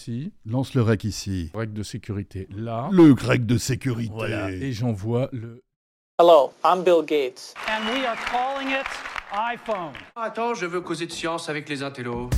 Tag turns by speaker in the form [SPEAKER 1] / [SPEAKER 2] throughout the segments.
[SPEAKER 1] ici,
[SPEAKER 2] Lance le rec ici.
[SPEAKER 1] règle de sécurité là,
[SPEAKER 2] Le grec de sécurité.
[SPEAKER 1] voilà, et j'envoie le
[SPEAKER 3] Hello, I'm Bill Gates.
[SPEAKER 4] and we are calling it iPhone.
[SPEAKER 5] Attends, je veux causer de science avec les intellos.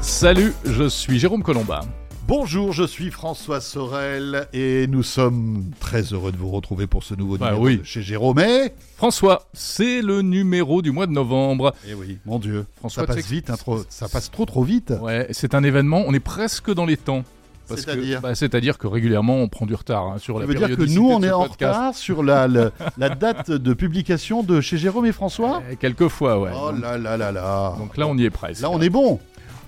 [SPEAKER 1] Salut, je suis Jérôme Colombin.
[SPEAKER 2] Bonjour, je suis François Sorel et nous sommes très heureux de vous retrouver pour ce nouveau
[SPEAKER 1] Bah
[SPEAKER 2] numéro
[SPEAKER 1] oui.
[SPEAKER 2] de chez Jérôme. Et,
[SPEAKER 1] François, c'est le numéro du mois de novembre.
[SPEAKER 2] oui, mon Dieu,
[SPEAKER 1] François,
[SPEAKER 2] ça passe
[SPEAKER 1] tu sais que- Oh,
[SPEAKER 2] vite, hein, trop- ça passe trop trop vite.
[SPEAKER 1] Ouais, c'est un événement, on est presque dans les temps. Parce que-
[SPEAKER 2] C'est-à-dire
[SPEAKER 1] bah, C'est-à-dire que régulièrement, on prend du retard hein, sur
[SPEAKER 2] Ça
[SPEAKER 1] la
[SPEAKER 2] veut dire que
[SPEAKER 1] périodicité
[SPEAKER 2] nous, on
[SPEAKER 1] de
[SPEAKER 2] est
[SPEAKER 1] ce
[SPEAKER 2] en
[SPEAKER 1] podcast.
[SPEAKER 2] retard sur la, le- la date de publication de chez Jérôme et François
[SPEAKER 1] Eh, Quelquefois, ouais.
[SPEAKER 2] Oh
[SPEAKER 1] donc,
[SPEAKER 2] là là là là
[SPEAKER 1] donc là, on y est presque.
[SPEAKER 2] Là, on est bon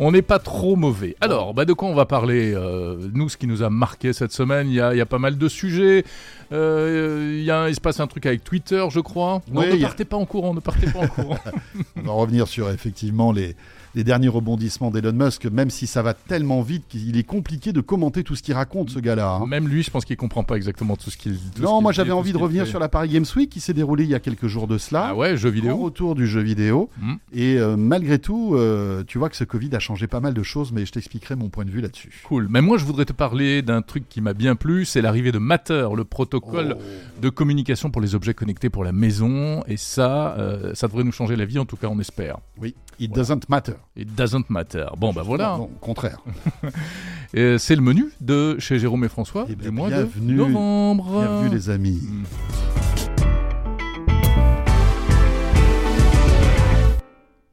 [SPEAKER 1] On n'est pas trop mauvais. Alors, bah, de quoi on va parler euh, Nous, ce qui nous a marqué cette semaine, il y a, il y a pas mal de sujets. Euh, il y a un- il se passe un truc avec Twitter, je crois. Non,
[SPEAKER 2] Oui, il
[SPEAKER 1] ne
[SPEAKER 2] y a-
[SPEAKER 1] partez pas en courant, ne partez pas en courant.
[SPEAKER 2] On va revenir sur effectivement les, les derniers rebondissements d'Elon Musk, même si ça va tellement vite qu'il est compliqué de commenter tout ce qu'il raconte, ce gars-là. hein.
[SPEAKER 1] Même lui, je pense qu'il comprend pas exactement tout ce qu'il tout ce
[SPEAKER 2] Non,
[SPEAKER 1] qu'il
[SPEAKER 2] moi
[SPEAKER 1] dit,
[SPEAKER 2] j'avais
[SPEAKER 1] tout
[SPEAKER 2] envie
[SPEAKER 1] ce
[SPEAKER 2] de
[SPEAKER 1] qu'il
[SPEAKER 2] revenir
[SPEAKER 1] fait.
[SPEAKER 2] sur la Paris Games Week qui s'est déroulée il y a quelques jours de cela.
[SPEAKER 1] Ah ouais, jeux
[SPEAKER 2] Grand
[SPEAKER 1] vidéo.
[SPEAKER 2] retour du jeu vidéo.
[SPEAKER 1] Mm.
[SPEAKER 2] Et euh, malgré tout, euh, tu vois que ce Covid a changé pas mal de choses, mais je t'expliquerai mon point de vue là-dessus.
[SPEAKER 1] Cool. Mais moi, je voudrais te parler d'un truc qui m'a bien plu, c'est l'arrivée de Matter, le protocole
[SPEAKER 2] Oh.
[SPEAKER 1] de communication pour les objets connectés pour la maison. Et ça, euh, ça devrait nous changer la vie, en tout cas, on espère.
[SPEAKER 2] Oui, it
[SPEAKER 1] Voilà.
[SPEAKER 2] doesn't matter.
[SPEAKER 1] It doesn't matter. Bon, bah voilà.
[SPEAKER 2] Non, non, au contraire.
[SPEAKER 1] Euh, c'est le menu de chez Jérôme et François
[SPEAKER 2] Eh ben,
[SPEAKER 1] du mois de
[SPEAKER 2] bienvenue.
[SPEAKER 1] novembre.
[SPEAKER 2] Bienvenue les amis.
[SPEAKER 1] Mm.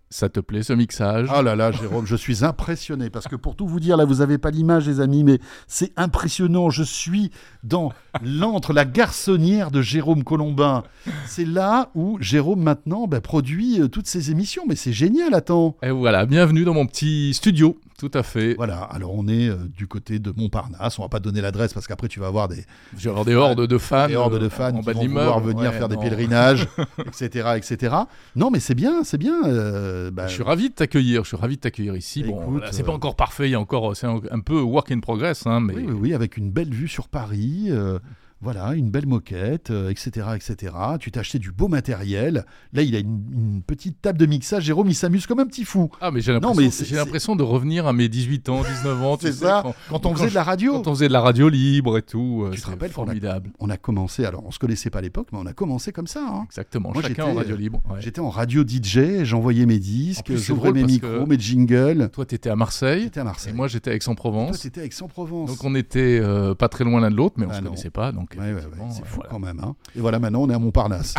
[SPEAKER 1] Ça te plaît ce mixage
[SPEAKER 2] Ah là là, Jérôme, je suis impressionné parce que pour tout vous dire, là, vous n'avez pas l'image, les amis, mais c'est impressionnant. Je suis dans l'antre, la garçonnière de Jérôme Colombin. C'est là où Jérôme maintenant bah, produit euh, toutes ses émissions, mais c'est génial, attends.
[SPEAKER 1] Et voilà, bienvenue dans mon petit studio, tout à fait.
[SPEAKER 2] Voilà, alors on est euh, du côté de Montparnasse. On va pas donner l'adresse parce qu'après tu vas avoir des,
[SPEAKER 1] Je vais avoir des hordes de fans,
[SPEAKER 2] des hordes
[SPEAKER 1] euh,
[SPEAKER 2] de fans
[SPEAKER 1] en bas
[SPEAKER 2] qui
[SPEAKER 1] de
[SPEAKER 2] vont vouloir
[SPEAKER 1] l'immeuble.
[SPEAKER 2] venir
[SPEAKER 1] Ouais,
[SPEAKER 2] faire des
[SPEAKER 1] non.
[SPEAKER 2] pèlerinages, etc., etc. Non, mais c'est bien, c'est bien. euh, bah,
[SPEAKER 1] Je suis ravi de t'accueillir, je suis ravi de t'accueillir ici. bon,
[SPEAKER 2] Écoute,
[SPEAKER 1] voilà, c'est pas
[SPEAKER 2] euh,
[SPEAKER 1] encore parfait, il y a encore, c'est un, un peu work in progress, hein, mais
[SPEAKER 2] Oui, oui, oui, avec une belle vue sur Paris. euh, voilà, une belle moquette, euh, etc., etc. Tu t'as acheté du beau matériel. Là, il a une, une petite table de mixage. Jérôme, il s'amuse comme un petit fou.
[SPEAKER 1] ah, mais j'ai
[SPEAKER 2] Non,
[SPEAKER 1] l'impression,
[SPEAKER 2] mais c'est-
[SPEAKER 1] j'ai l'impression de revenir à mes 18 ans, 19 ans. tu
[SPEAKER 2] C'est
[SPEAKER 1] sais,
[SPEAKER 2] ça,
[SPEAKER 1] quand,
[SPEAKER 2] Quand on
[SPEAKER 1] quand
[SPEAKER 2] faisait
[SPEAKER 1] je-
[SPEAKER 2] de la radio,
[SPEAKER 1] quand on faisait de la radio libre et tout. euh,
[SPEAKER 2] Tu te
[SPEAKER 1] c'est
[SPEAKER 2] rappelles qu'on a-
[SPEAKER 1] formidable.
[SPEAKER 2] on... a commencé. Alors, on se connaissait pas à l'époque, mais on a commencé comme ça. hein.
[SPEAKER 1] Exactement.
[SPEAKER 2] Moi,
[SPEAKER 1] chacun
[SPEAKER 2] j'étais, euh,
[SPEAKER 1] en radio libre. ouais.
[SPEAKER 2] J'étais en radio DJ, j'envoyais mes
[SPEAKER 1] En
[SPEAKER 2] disques,
[SPEAKER 1] plus, c'est
[SPEAKER 2] j'ouvrais
[SPEAKER 1] drôle
[SPEAKER 2] mes
[SPEAKER 1] parce
[SPEAKER 2] micros,
[SPEAKER 1] que-
[SPEAKER 2] mes jingles.
[SPEAKER 1] Toi, t'étais à Marseille.
[SPEAKER 2] J'étais à Marseille.
[SPEAKER 1] Et moi, j'étais à
[SPEAKER 2] Toi,
[SPEAKER 1] Aix-en-Provence.
[SPEAKER 2] t'étais à Aix-en-Provence.
[SPEAKER 1] Donc, on était euh, pas très loin l'un de l'autre, mais on
[SPEAKER 2] Ah,
[SPEAKER 1] se
[SPEAKER 2] non.
[SPEAKER 1] connaissait pas. Donc,
[SPEAKER 2] Ouais, ouais, ouais,
[SPEAKER 1] effectivement,
[SPEAKER 2] c'est
[SPEAKER 1] euh,
[SPEAKER 2] fou
[SPEAKER 1] voilà.
[SPEAKER 2] quand même. hein. Et voilà, maintenant, on est à Montparnasse.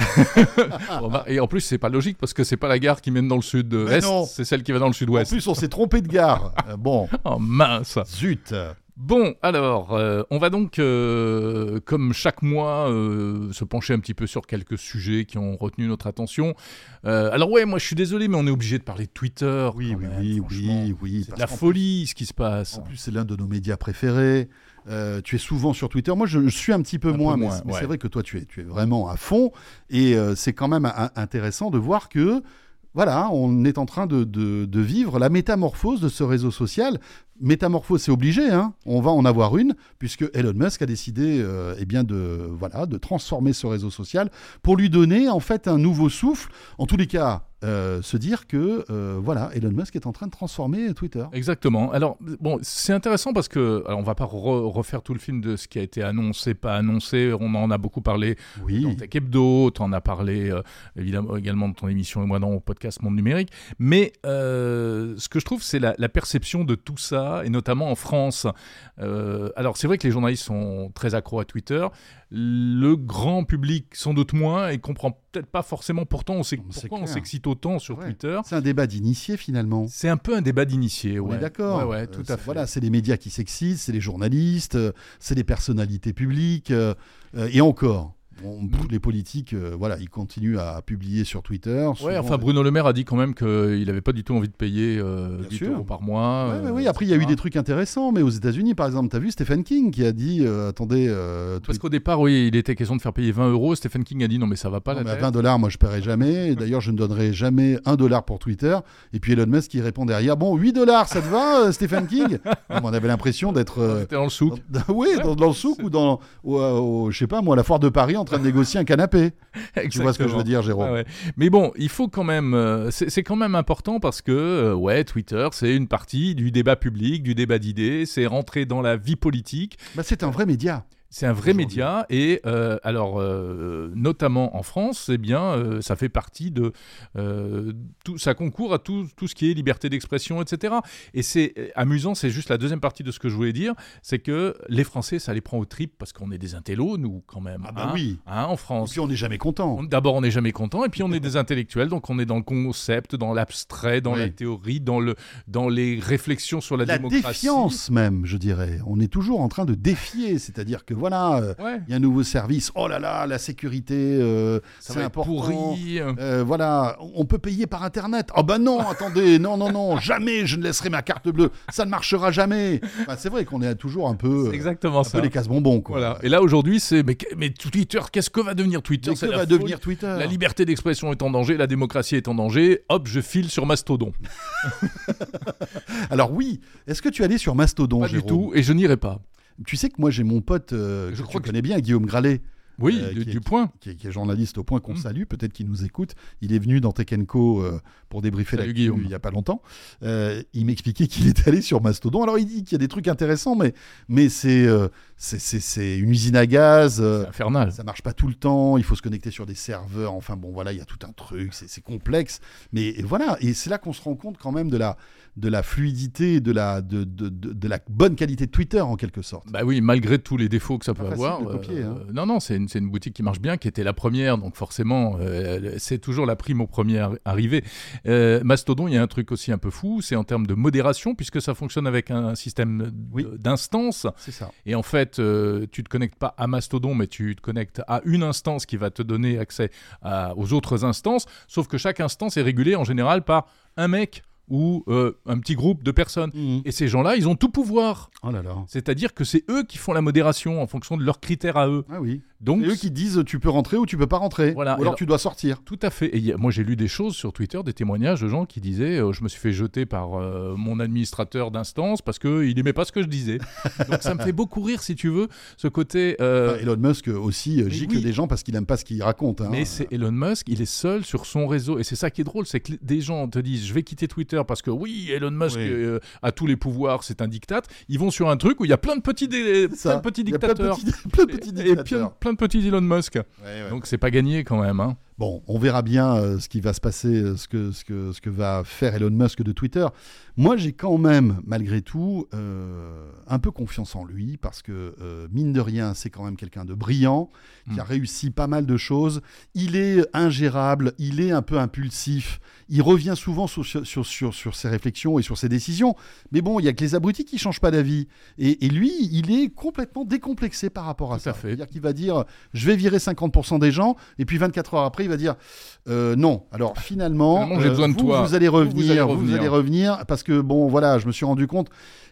[SPEAKER 1] Remarque- Et en plus, c'est pas logique parce que c'est pas la gare qui mène dans le
[SPEAKER 2] Mais
[SPEAKER 1] sud-est,
[SPEAKER 2] non.
[SPEAKER 1] c'est celle qui va dans le
[SPEAKER 2] en
[SPEAKER 1] sud-ouest.
[SPEAKER 2] plus, on s'est trompé de gare. Euh, bon,
[SPEAKER 1] Oh mince
[SPEAKER 2] zut.
[SPEAKER 1] Bon, alors, euh, on va donc, euh, comme chaque mois, euh, se pencher un petit peu sur quelques sujets qui ont retenu notre attention. Euh, alors ouais, moi je suis désolé, mais on est obligé de parler de Twitter.
[SPEAKER 2] Oui,
[SPEAKER 1] quand
[SPEAKER 2] oui,
[SPEAKER 1] même,
[SPEAKER 2] oui,
[SPEAKER 1] franchement.
[SPEAKER 2] oui, oui.
[SPEAKER 1] C'est de
[SPEAKER 2] parce
[SPEAKER 1] la
[SPEAKER 2] qu'en
[SPEAKER 1] folie ce qui se passe.
[SPEAKER 2] En plus, c'est l'un de nos médias préférés. Euh, tu es souvent sur Twitter. Moi, je, je suis un petit peu
[SPEAKER 1] Un peu
[SPEAKER 2] moins, mais,
[SPEAKER 1] moins,
[SPEAKER 2] c'est- mais
[SPEAKER 1] ouais.
[SPEAKER 2] c'est vrai que toi, tu es, tu es vraiment à fond. Et euh, c'est quand même un- intéressant de voir que, voilà, on est en train de, de- de vivre la métamorphose de ce réseau social. Métamorphose, c'est obligé. hein. On va en avoir une, puisque Elon Musk a décidé, euh, eh bien, de voilà, de transformer ce réseau social pour lui donner en fait un nouveau souffle. En tous les cas, euh, se dire que, euh, voilà, Elon Musk est en train de transformer Twitter.
[SPEAKER 1] Exactement. Alors, bon, c'est intéressant parce que, alors on va pas re- refaire tout le film de ce qui a été annoncé, pas annoncé, on en a beaucoup parlé
[SPEAKER 2] Oui.
[SPEAKER 1] dans Tech Hebdo, tu en as parlé euh, évidemment également de ton émission et moi dans mon podcast Monde Numérique. Mais euh, ce que je trouve, c'est la, la perception de tout ça, et notamment en France. Euh, alors, c'est vrai que les journalistes sont très accros à Twitter. Le grand public, sans doute moins, et comprend peut-être pas forcément. Pourtant, on sait
[SPEAKER 2] Non, mais c'est
[SPEAKER 1] pourquoi on
[SPEAKER 2] clair.
[SPEAKER 1] s'excite autant sur
[SPEAKER 2] Ouais.
[SPEAKER 1] Twitter.
[SPEAKER 2] C'est un débat d'initié finalement.
[SPEAKER 1] C'est un peu un débat d'initié,
[SPEAKER 2] On
[SPEAKER 1] ouais.
[SPEAKER 2] est d'accord.
[SPEAKER 1] Ouais, ouais,
[SPEAKER 2] Euh,
[SPEAKER 1] tout
[SPEAKER 2] c'est-
[SPEAKER 1] à fait.
[SPEAKER 2] Voilà, c'est les médias qui s'excitent, c'est les journalistes, euh, c'est les personnalités publiques euh, euh, et encore. Bon,
[SPEAKER 1] Mm.
[SPEAKER 2] pff, les politiques, euh, voilà, ils continuent à publier sur Twitter.
[SPEAKER 1] Ouais,
[SPEAKER 2] souvent-
[SPEAKER 1] enfin Bruno Le Maire a dit quand même qu'il n'avait pas du tout envie de payer euh,
[SPEAKER 2] Bien
[SPEAKER 1] 8
[SPEAKER 2] sûr.
[SPEAKER 1] euros par mois.
[SPEAKER 2] Ouais,
[SPEAKER 1] euh,
[SPEAKER 2] ouais, oui, après il y a eu
[SPEAKER 1] etc.
[SPEAKER 2] des trucs intéressants, mais aux États-Unis, par exemple, tu as vu Stephen King qui a dit euh, attendez, euh,
[SPEAKER 1] Parce
[SPEAKER 2] Twitter-
[SPEAKER 1] qu'au départ, oui, il était question de faire payer 20 euros. Stephen King a dit non, mais ça va pas
[SPEAKER 2] non,
[SPEAKER 1] la
[SPEAKER 2] mais à
[SPEAKER 1] tête.
[SPEAKER 2] 20 dollars, moi je paierai jamais. Et D'ailleurs, je ne donnerai jamais un dollar pour Twitter. Et puis Elon Musk qui répond derrière bon, 8 dollars, ça te va, euh, Stephen King Non, mais On avait l'impression d'être.
[SPEAKER 1] On
[SPEAKER 2] euh,
[SPEAKER 1] était dans le souk.
[SPEAKER 2] Dans- dans- oui, dans, dans le souk ou dans, ou, euh, au- je sais pas moi, à la foire de Paris en train de négocier un canapé. Tu vois ce que je
[SPEAKER 1] Exactement.
[SPEAKER 2] veux dire, Jérôme
[SPEAKER 1] Ah ouais. Mais bon, il faut quand même, euh, c'est c'est quand même important parce que euh, ouais, Twitter, c'est une partie du débat public, du débat d'idées, c'est rentrer dans la vie politique.
[SPEAKER 2] Bah, C'est un vrai média.
[SPEAKER 1] C'est un vrai
[SPEAKER 2] Aujourd'hui.
[SPEAKER 1] média et euh, alors euh, notamment en France, eh bien, euh, ça fait partie de euh, tout, ça concourt à tout, tout ce qui est liberté d'expression, etc. Et c'est euh, amusant, c'est juste la deuxième partie de ce que je voulais dire, c'est que les Français, ça les prend aux tripes parce qu'on est des intellos, nous quand même.
[SPEAKER 2] Ah bah
[SPEAKER 1] hein,
[SPEAKER 2] oui.
[SPEAKER 1] hein, en
[SPEAKER 2] Et
[SPEAKER 1] France.
[SPEAKER 2] puis on n'est jamais content.
[SPEAKER 1] On- D'abord, on n'est jamais content, et puis on est des intellectuels, donc on est dans le concept, dans l'abstrait, dans
[SPEAKER 2] Oui.
[SPEAKER 1] la théorie, dans, le, dans les réflexions sur la,
[SPEAKER 2] La
[SPEAKER 1] démocratie.
[SPEAKER 2] défiance même, je dirais. On est toujours en train de défier, c'est-à-dire que voilà, euh, il
[SPEAKER 1] Ouais.
[SPEAKER 2] y a un nouveau service. Oh là là, la sécurité, euh,
[SPEAKER 1] Ça
[SPEAKER 2] c'est
[SPEAKER 1] va être
[SPEAKER 2] important.
[SPEAKER 1] pourri. euh,
[SPEAKER 2] Euh, voilà, on peut payer par Internet. Ah bah non, attendez, non, non, non, jamais je ne laisserai ma carte bleue. Ça ne marchera jamais. Enfin, c'est vrai qu'on est toujours un peu,
[SPEAKER 1] c'est exactement
[SPEAKER 2] un
[SPEAKER 1] ça.
[SPEAKER 2] peu les casse-bonbons. quoi.
[SPEAKER 1] Voilà. Et là, aujourd'hui, c'est mais, que- mais Twitter, qu'est-ce que va devenir Twitter
[SPEAKER 2] Mais que
[SPEAKER 1] C'est la
[SPEAKER 2] va
[SPEAKER 1] folie.
[SPEAKER 2] devenir Twitter
[SPEAKER 1] La liberté d'expression est en danger, la démocratie est en danger. Hop, je file sur Mastodon.
[SPEAKER 2] Alors oui, est-ce que tu es allé sur Mastodon,
[SPEAKER 1] Pas du
[SPEAKER 2] Jérôme
[SPEAKER 1] tout, et je n'irai pas.
[SPEAKER 2] Tu sais que moi j'ai mon pote, euh,
[SPEAKER 1] Je
[SPEAKER 2] que
[SPEAKER 1] crois
[SPEAKER 2] tu
[SPEAKER 1] que-
[SPEAKER 2] connais bien, Guillaume Gralet,
[SPEAKER 1] Oui,
[SPEAKER 2] Euh,
[SPEAKER 1] du,
[SPEAKER 2] qui est-
[SPEAKER 1] du point.
[SPEAKER 2] qui est, qui est journaliste au point
[SPEAKER 1] Mm.
[SPEAKER 2] qu'on salue, peut-être qu'il nous écoute. Il est venu dans Tech Co euh, pour débriefer
[SPEAKER 1] Salut,
[SPEAKER 2] l'actu
[SPEAKER 1] Guillaume.
[SPEAKER 2] il n'y a pas longtemps. Euh, il m'expliquait qu'il est allé sur Mastodon. Alors il dit qu'il y a des trucs intéressants, mais, mais c'est euh, c'est- c'est- c'est une usine à gaz. euh,
[SPEAKER 1] C'est infernal.
[SPEAKER 2] ça marche pas tout le temps, il faut se connecter sur des serveurs, enfin bon voilà, il y a tout un truc, c'est c'est complexe, mais voilà, et c'est là qu'on se rend compte quand même de la, de la fluidité, de la, de, de, de- de la bonne qualité de Twitter en quelque sorte.
[SPEAKER 1] Bah oui, malgré tous les défauts que ça peut
[SPEAKER 2] facile
[SPEAKER 1] avoir. euh,
[SPEAKER 2] de copier, hein.
[SPEAKER 1] Non, non, c'est une, c'est une boutique qui marche bien, qui était la première, donc forcément, euh, c'est toujours la prime au premier arri- arrivé. Euh, Mastodon, il y a un truc aussi un peu fou, c'est en termes de modération, puisque ça fonctionne avec un système
[SPEAKER 2] Oui.
[SPEAKER 1] d'instance.
[SPEAKER 2] C'est ça.
[SPEAKER 1] Et en fait, euh, tu te connectes pas à Mastodon, mais tu te connectes à une instance qui va te donner accès à- aux autres instances, sauf que chaque instance est régulée en général par un mec ou euh, un petit groupe de personnes. Mm. Et ces gens-là, ils ont tout pouvoir.
[SPEAKER 2] Oh là là.
[SPEAKER 1] C'est-à-dire que c'est eux qui font la modération en fonction de leurs critères à eux.
[SPEAKER 2] Ah oui.
[SPEAKER 1] Donc,
[SPEAKER 2] C'est eux qui disent tu peux rentrer ou tu peux pas rentrer,
[SPEAKER 1] Voilà,
[SPEAKER 2] ou
[SPEAKER 1] et
[SPEAKER 2] alors
[SPEAKER 1] là-
[SPEAKER 2] tu dois sortir.
[SPEAKER 1] Tout à fait. Et il y a- moi, j'ai lu des choses sur Twitter, des témoignages de gens qui disaient euh, Je me suis fait jeter par euh, mon administrateur d'instance parce qu'il n'aimait pas ce que je disais. Donc, ça me fait beaucoup rire, si tu veux, ce côté. euh,
[SPEAKER 2] Enfin, Elon Musk euh, aussi euh,
[SPEAKER 1] mais
[SPEAKER 2] gicle
[SPEAKER 1] oui.
[SPEAKER 2] des gens parce qu'il aime pas ce qu'il raconte. hein.
[SPEAKER 1] Mais c'est Elon Musk, il est seul sur son réseau. Et c'est ça qui est drôle, c'est que des gens te disent je vais quitter Twitter parce que oui, Elon Musk
[SPEAKER 2] Oui.
[SPEAKER 1] euh, a tous les pouvoirs, c'est un dictat. Ils vont sur un truc où il y a plein de petits, dé-
[SPEAKER 2] C'est
[SPEAKER 1] plein
[SPEAKER 2] ça.
[SPEAKER 1] de petits
[SPEAKER 2] Il y a plein de
[SPEAKER 1] dictateurs.
[SPEAKER 2] petits- plein de petits
[SPEAKER 1] Et- Et plein,
[SPEAKER 2] dictateurs.
[SPEAKER 1] plein de petits Elon Musk.
[SPEAKER 2] Ouais, ouais.
[SPEAKER 1] Donc c'est pas gagné quand même. hein.
[SPEAKER 2] Bon, on verra bien euh, ce qui va se passer, euh, ce que, ce, que, ce que va faire Elon Musk de Twitter. Moi, j'ai quand même, malgré tout, euh, un peu confiance en lui, parce que, euh, mine de rien, c'est quand même quelqu'un de brillant,
[SPEAKER 1] Hmm.
[SPEAKER 2] qui a réussi pas mal de choses. Il est ingérable, il est un peu impulsif, il revient souvent sur, sur, sur, sur ses réflexions et sur ses décisions. Mais bon, il y a que les abrutis qui changent pas d'avis. Et, et lui, il est complètement décomplexé par rapport à
[SPEAKER 1] Tout
[SPEAKER 2] ça.
[SPEAKER 1] à fait.
[SPEAKER 2] C'est-à-dire qu'il va dire, je vais virer 50% des gens, et puis 24 heures après, il va dire, Euh, non. Alors finalement,
[SPEAKER 1] Finalement, j'ai
[SPEAKER 2] euh,
[SPEAKER 1] besoin de
[SPEAKER 2] vous,
[SPEAKER 1] toi.
[SPEAKER 2] Vous allez
[SPEAKER 1] Vous, vous allez
[SPEAKER 2] revenir, vous, vous allez revenir,
[SPEAKER 1] revenir.
[SPEAKER 2] parce que bon, voilà, je me suis rendu compte.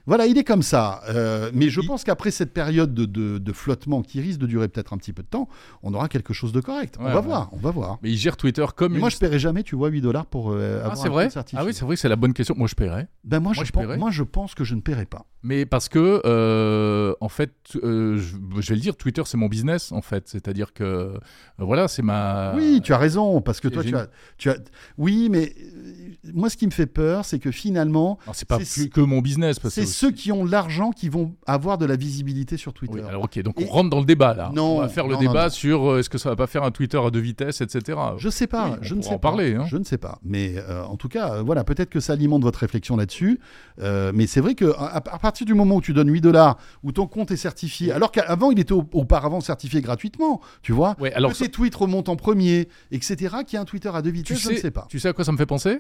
[SPEAKER 2] Voilà, il est comme ça. Euh, mais je
[SPEAKER 1] Il-
[SPEAKER 2] pense qu'après cette période de, de- de flottement qui risque de durer peut-être un petit peu de temps, on aura quelque chose de correct. on
[SPEAKER 1] Ouais,
[SPEAKER 2] va
[SPEAKER 1] ouais.
[SPEAKER 2] voir, on va voir.
[SPEAKER 1] Mais il gère Twitter comme
[SPEAKER 2] Mais
[SPEAKER 1] une-
[SPEAKER 2] moi, je paierai jamais, tu vois, 8 dollars pour euh,
[SPEAKER 1] Ah,
[SPEAKER 2] avoir
[SPEAKER 1] c'est
[SPEAKER 2] un
[SPEAKER 1] vrai
[SPEAKER 2] compte certifié.
[SPEAKER 1] Ah oui, c'est vrai, c'est la bonne question. Moi, je paierais.
[SPEAKER 2] Ben, moi,
[SPEAKER 1] Moi,
[SPEAKER 2] je
[SPEAKER 1] je
[SPEAKER 2] pense,
[SPEAKER 1] paierai.
[SPEAKER 2] moi, je pense que je ne paierai pas.
[SPEAKER 1] Mais parce que, euh, en fait, euh, je, je vais le dire, Twitter, c'est mon business, en fait. C'est-à-dire que, euh, voilà, c'est ma.
[SPEAKER 2] Oui, tu as raison, parce que
[SPEAKER 1] c'est
[SPEAKER 2] toi, tu as,
[SPEAKER 1] génial.
[SPEAKER 2] tu as. Oui, mais euh, moi, ce qui me fait peur, c'est que finalement,
[SPEAKER 1] Alors, c'est pas
[SPEAKER 2] c'est-
[SPEAKER 1] plus que mon business. parce que-
[SPEAKER 2] c'est ceux qui ont l'argent qui vont avoir de la visibilité sur Twitter.
[SPEAKER 1] Oui, alors ok, donc on
[SPEAKER 2] Et-
[SPEAKER 1] rentre dans le débat là.
[SPEAKER 2] Non,
[SPEAKER 1] on va faire le
[SPEAKER 2] non, non,
[SPEAKER 1] débat
[SPEAKER 2] non.
[SPEAKER 1] sur euh, est-ce que ça va pas faire un Twitter à deux vitesses, etc.
[SPEAKER 2] Je sais pas,
[SPEAKER 1] Oui, on
[SPEAKER 2] je ne
[SPEAKER 1] pourra
[SPEAKER 2] sais
[SPEAKER 1] en
[SPEAKER 2] pas.
[SPEAKER 1] parler, hein.
[SPEAKER 2] Je ne sais pas. Mais euh, en tout cas, euh, voilà, peut-être que ça alimente votre réflexion là-dessus. Euh, mais c'est vrai que à, à partir du moment où tu donnes 8 dollars, où ton compte est certifié, alors qu'avant il était au- auparavant certifié gratuitement, tu vois,
[SPEAKER 1] Ouais, alors
[SPEAKER 2] que
[SPEAKER 1] ça-
[SPEAKER 2] tes tweets remontent en premier, etc., qu'il y a un Twitter à deux
[SPEAKER 1] tu
[SPEAKER 2] vitesses,
[SPEAKER 1] sais,
[SPEAKER 2] je ne sais pas.
[SPEAKER 1] tu sais à quoi ça me fait penser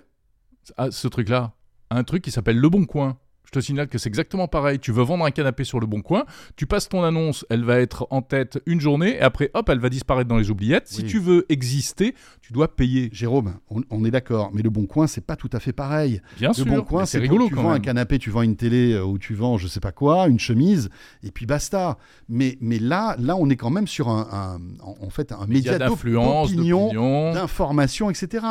[SPEAKER 1] À ce truc-là, à un truc qui s'appelle Le Bon Coin. Je te signale que c'est exactement pareil. Tu veux vendre un canapé sur Le Bon Coin, tu passes ton annonce, elle va être en tête une journée, et après, hop, elle va disparaître dans les oubliettes. Si
[SPEAKER 2] Oui.
[SPEAKER 1] tu veux exister, tu dois payer.
[SPEAKER 2] Jérôme, on, on est d'accord, mais le bon coin, c'est pas tout à fait pareil.
[SPEAKER 1] Bien
[SPEAKER 2] le
[SPEAKER 1] sûr,
[SPEAKER 2] bon coin,
[SPEAKER 1] mais
[SPEAKER 2] c'est
[SPEAKER 1] c'est
[SPEAKER 2] quand
[SPEAKER 1] rigolo
[SPEAKER 2] Tu
[SPEAKER 1] quand
[SPEAKER 2] vends un
[SPEAKER 1] même.
[SPEAKER 2] canapé, tu vends une télé euh, ou tu vends je sais pas quoi, une chemise, et puis basta. Mais, mais là, là, on est quand même sur un, un- en, en fait un
[SPEAKER 1] Il y
[SPEAKER 2] média
[SPEAKER 1] a
[SPEAKER 2] d'op-
[SPEAKER 1] d'influence,
[SPEAKER 2] d'opinion,
[SPEAKER 1] d'opinion.
[SPEAKER 2] d'information, etc.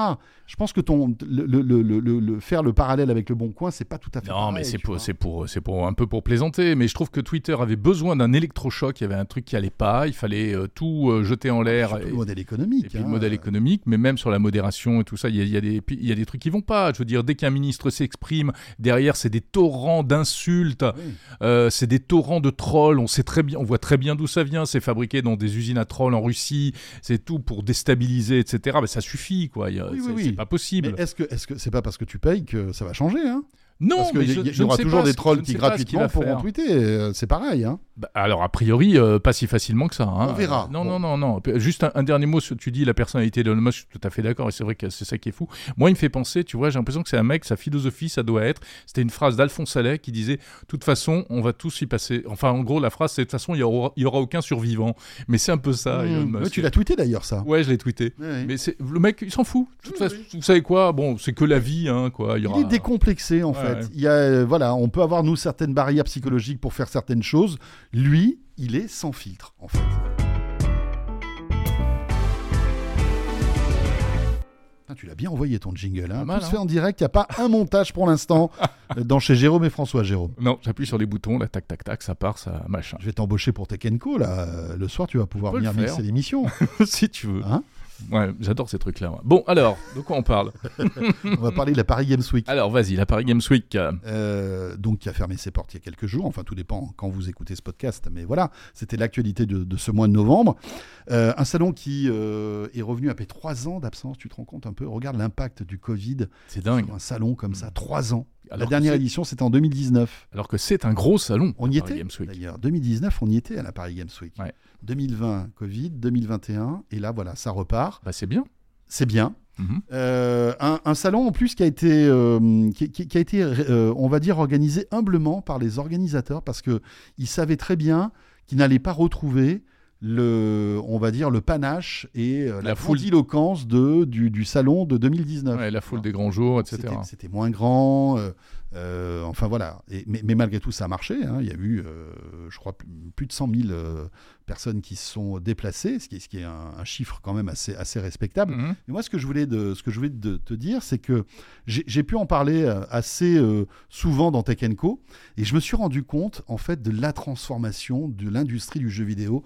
[SPEAKER 2] Je pense que ton le, le- le- le- le- faire le parallèle avec le bon coin, c'est pas tout à fait.
[SPEAKER 1] Non,
[SPEAKER 2] pareil,
[SPEAKER 1] mais c'est
[SPEAKER 2] tu
[SPEAKER 1] pour, c'est pour, c'est pour un peu pour plaisanter, mais je trouve que Twitter avait besoin d'un électrochoc. Il y avait un truc qui allait pas. Il fallait euh, tout euh, jeter en l'air.
[SPEAKER 2] Surtout
[SPEAKER 1] Et-
[SPEAKER 2] le modèle
[SPEAKER 1] et
[SPEAKER 2] économique.
[SPEAKER 1] puis le
[SPEAKER 2] hein.
[SPEAKER 1] modèle économique, mais même sur la modération et tout ça, il y a, il y a des, puis il y a des trucs qui vont pas. Je veux dire, dès qu'un ministre s'exprime, derrière, c'est des torrents d'insultes,
[SPEAKER 2] Oui.
[SPEAKER 1] euh, c'est des torrents de trolls. On sait très bien, on voit très bien d'où ça vient. C'est fabriqué dans des usines à trolls en Russie. C'est tout pour déstabiliser, etc. Mais ça suffit, quoi. Il y a-
[SPEAKER 2] Oui,
[SPEAKER 1] c'est
[SPEAKER 2] oui, oui.
[SPEAKER 1] c'est pas possible.
[SPEAKER 2] Mais est-ce que est-ce que c'est pas parce que tu payes que ça va changer hein
[SPEAKER 1] non,
[SPEAKER 2] Parce
[SPEAKER 1] mais
[SPEAKER 2] qu'il
[SPEAKER 1] je-
[SPEAKER 2] y, y
[SPEAKER 1] je ne
[SPEAKER 2] aura
[SPEAKER 1] sais
[SPEAKER 2] toujours
[SPEAKER 1] pas
[SPEAKER 2] des
[SPEAKER 1] ce- je
[SPEAKER 2] trolls
[SPEAKER 1] ne
[SPEAKER 2] qui
[SPEAKER 1] sais pas ce qu'il
[SPEAKER 2] gratuitement
[SPEAKER 1] va
[SPEAKER 2] pourront
[SPEAKER 1] faire.
[SPEAKER 2] tweeter. euh, C'est pareil. Hein
[SPEAKER 1] Bah, alors, a priori, euh, pas si facilement que ça. hein.
[SPEAKER 2] On verra.
[SPEAKER 1] Non,
[SPEAKER 2] Bon.
[SPEAKER 1] non, non, non. P- Juste un, un dernier mot. sur- Tu dis la personnalité d'Elon Musk, je suis tout à fait d'accord, et c'est vrai que c'est ça qui est fou. Moi, il me fait penser, tu vois, j'ai l'impression que c'est un mec, sa philosophie, ça doit être. C'était une phrase d'Alphonse Allais qui disait De toute façon, on va tous y passer. Enfin, en gros, la phrase, c'est De toute façon, il n'y aura, il y aura aucun survivant. Mais c'est un peu ça, Elon
[SPEAKER 2] Mmh. Ouais,
[SPEAKER 1] Musk.
[SPEAKER 2] tu l'as Mmh. tweeté d'ailleurs ça.
[SPEAKER 1] Ouais, je l'ai tweeté.
[SPEAKER 2] Ouais, ouais.
[SPEAKER 1] Mais c'est- le mec, il s'en fout. De toute façon, vous savez quoi Bon, c'est que la vie, hein, quoi. Il, y aura...
[SPEAKER 2] Il est décomplexé en
[SPEAKER 1] Ouais,
[SPEAKER 2] fait.
[SPEAKER 1] ouais.
[SPEAKER 2] Il y a, euh, voilà, on peut avoir nous certaines barrières psychologiques pour faire certaines choses. Lui, il est sans filtre en fait. Putain, Tu l'as bien envoyé ton jingle. Hein.
[SPEAKER 1] Pas mal,
[SPEAKER 2] Tout se
[SPEAKER 1] hein.
[SPEAKER 2] fait en direct. Il n'y a pas un montage pour l'instant euh, dans chez Jérôme et François Jérôme.
[SPEAKER 1] Non, j'appuie sur les boutons, là, tac, tac, tac, ça part, ça, machin.
[SPEAKER 2] Je vais t'embaucher pour Tekenko là. Euh, Le soir, tu vas pouvoir
[SPEAKER 1] On peut
[SPEAKER 2] venir
[SPEAKER 1] le faire.
[SPEAKER 2] mixer l'émission.
[SPEAKER 1] si tu veux.
[SPEAKER 2] Hein
[SPEAKER 1] ouais, j'adore ces trucs-là. moi. Bon, alors, de quoi on parle
[SPEAKER 2] On va parler de la Paris Games Week.
[SPEAKER 1] Alors, vas-y, la Paris Games Week. euh,
[SPEAKER 2] Euh, donc qui a fermé ses portes il y a quelques jours. Enfin, tout dépend quand vous écoutez ce podcast, mais voilà, c'était l'actualité de, de ce mois de novembre. Euh, un salon qui euh, est revenu après trois ans d'absence. Tu te rends compte un peu Regarde l'impact du Covid
[SPEAKER 1] C'est dingue.
[SPEAKER 2] sur un salon comme ça, trois ans.
[SPEAKER 1] Alors
[SPEAKER 2] hein. La dernière
[SPEAKER 1] que c'est-
[SPEAKER 2] édition, c'était en 2019.
[SPEAKER 1] Alors que c'est un gros salon.
[SPEAKER 2] On
[SPEAKER 1] la
[SPEAKER 2] y
[SPEAKER 1] Paris
[SPEAKER 2] était
[SPEAKER 1] Games Week.
[SPEAKER 2] d'ailleurs. 2019, on y était à la Paris Games Week.
[SPEAKER 1] Ouais.
[SPEAKER 2] 2020, Covid, 2021, et là voilà, ça repart.
[SPEAKER 1] Bah, c'est bien.
[SPEAKER 2] C'est bien.
[SPEAKER 1] Mhm.
[SPEAKER 2] Euh, un, un salon en plus qui a été, euh, qui, qui- qui a été euh, on va dire, organisé humblement par les organisateurs parce que ils savaient très bien qu'ils n'allaient pas retrouver le, on va dire, le panache et euh, la,
[SPEAKER 1] La foule.
[SPEAKER 2] éloquence de, du, du salon de 2019.
[SPEAKER 1] Ouais, la foule
[SPEAKER 2] Voilà.
[SPEAKER 1] des grands jours, etc.
[SPEAKER 2] C'était- C'était moins grand. euh, euh, enfin voilà. Et- mais, mais malgré tout, ça a marché. hein. Il y a eu, euh, je crois, plus- plus de 100 000 euh, personnes qui se sont déplacées, ce qui, est- ce qui est un, un chiffre quand même assez, assez respectable.
[SPEAKER 1] Mhm.
[SPEAKER 2] Mais moi, ce que je voulais, de, ce que je voulais de- te dire, c'est que j'ai j'ai pu en parler euh, assez euh, souvent dans Tech Co. Et je me suis rendu compte, en fait, de la transformation de l'industrie du jeu vidéo,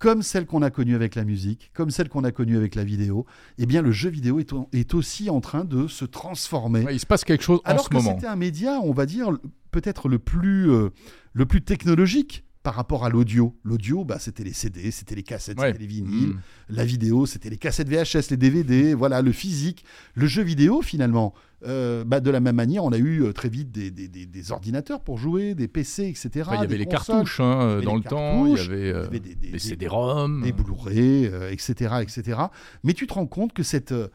[SPEAKER 2] comme celle qu'on a connue avec la musique, comme celle qu'on a connue avec la vidéo. Eh bien, le jeu vidéo est, en- est aussi en train de se transformer.
[SPEAKER 1] Ouais, il se passe quelque chose en
[SPEAKER 2] Alors
[SPEAKER 1] ce
[SPEAKER 2] que
[SPEAKER 1] moment.
[SPEAKER 2] c'était un média, on va dire, peut-être le plus, euh, le plus technologique par rapport à l'audio. L'audio, bah, c'était les CD, c'était les cassettes,
[SPEAKER 1] Ouais.
[SPEAKER 2] c'était les vinyles.
[SPEAKER 1] Mhm.
[SPEAKER 2] La vidéo, c'était les cassettes VHS, les DVD, voilà, le physique, le jeu vidéo finalement. Euh, bah, de la même manière, on a eu euh, très vite des, des- des- des ordinateurs pour jouer, des PC, etc.
[SPEAKER 1] Enfin, il y
[SPEAKER 2] des
[SPEAKER 1] avait les
[SPEAKER 2] consoles,
[SPEAKER 1] cartouches hein,
[SPEAKER 2] avait
[SPEAKER 1] dans
[SPEAKER 2] les
[SPEAKER 1] le temps, il y
[SPEAKER 2] cartouches,
[SPEAKER 1] avait, euh,
[SPEAKER 2] il y avait des- des-
[SPEAKER 1] les
[SPEAKER 2] des-
[SPEAKER 1] CD-ROM.
[SPEAKER 2] des Blu-ray, euh, etc., etc. Mais tu te rends compte que cette, euh,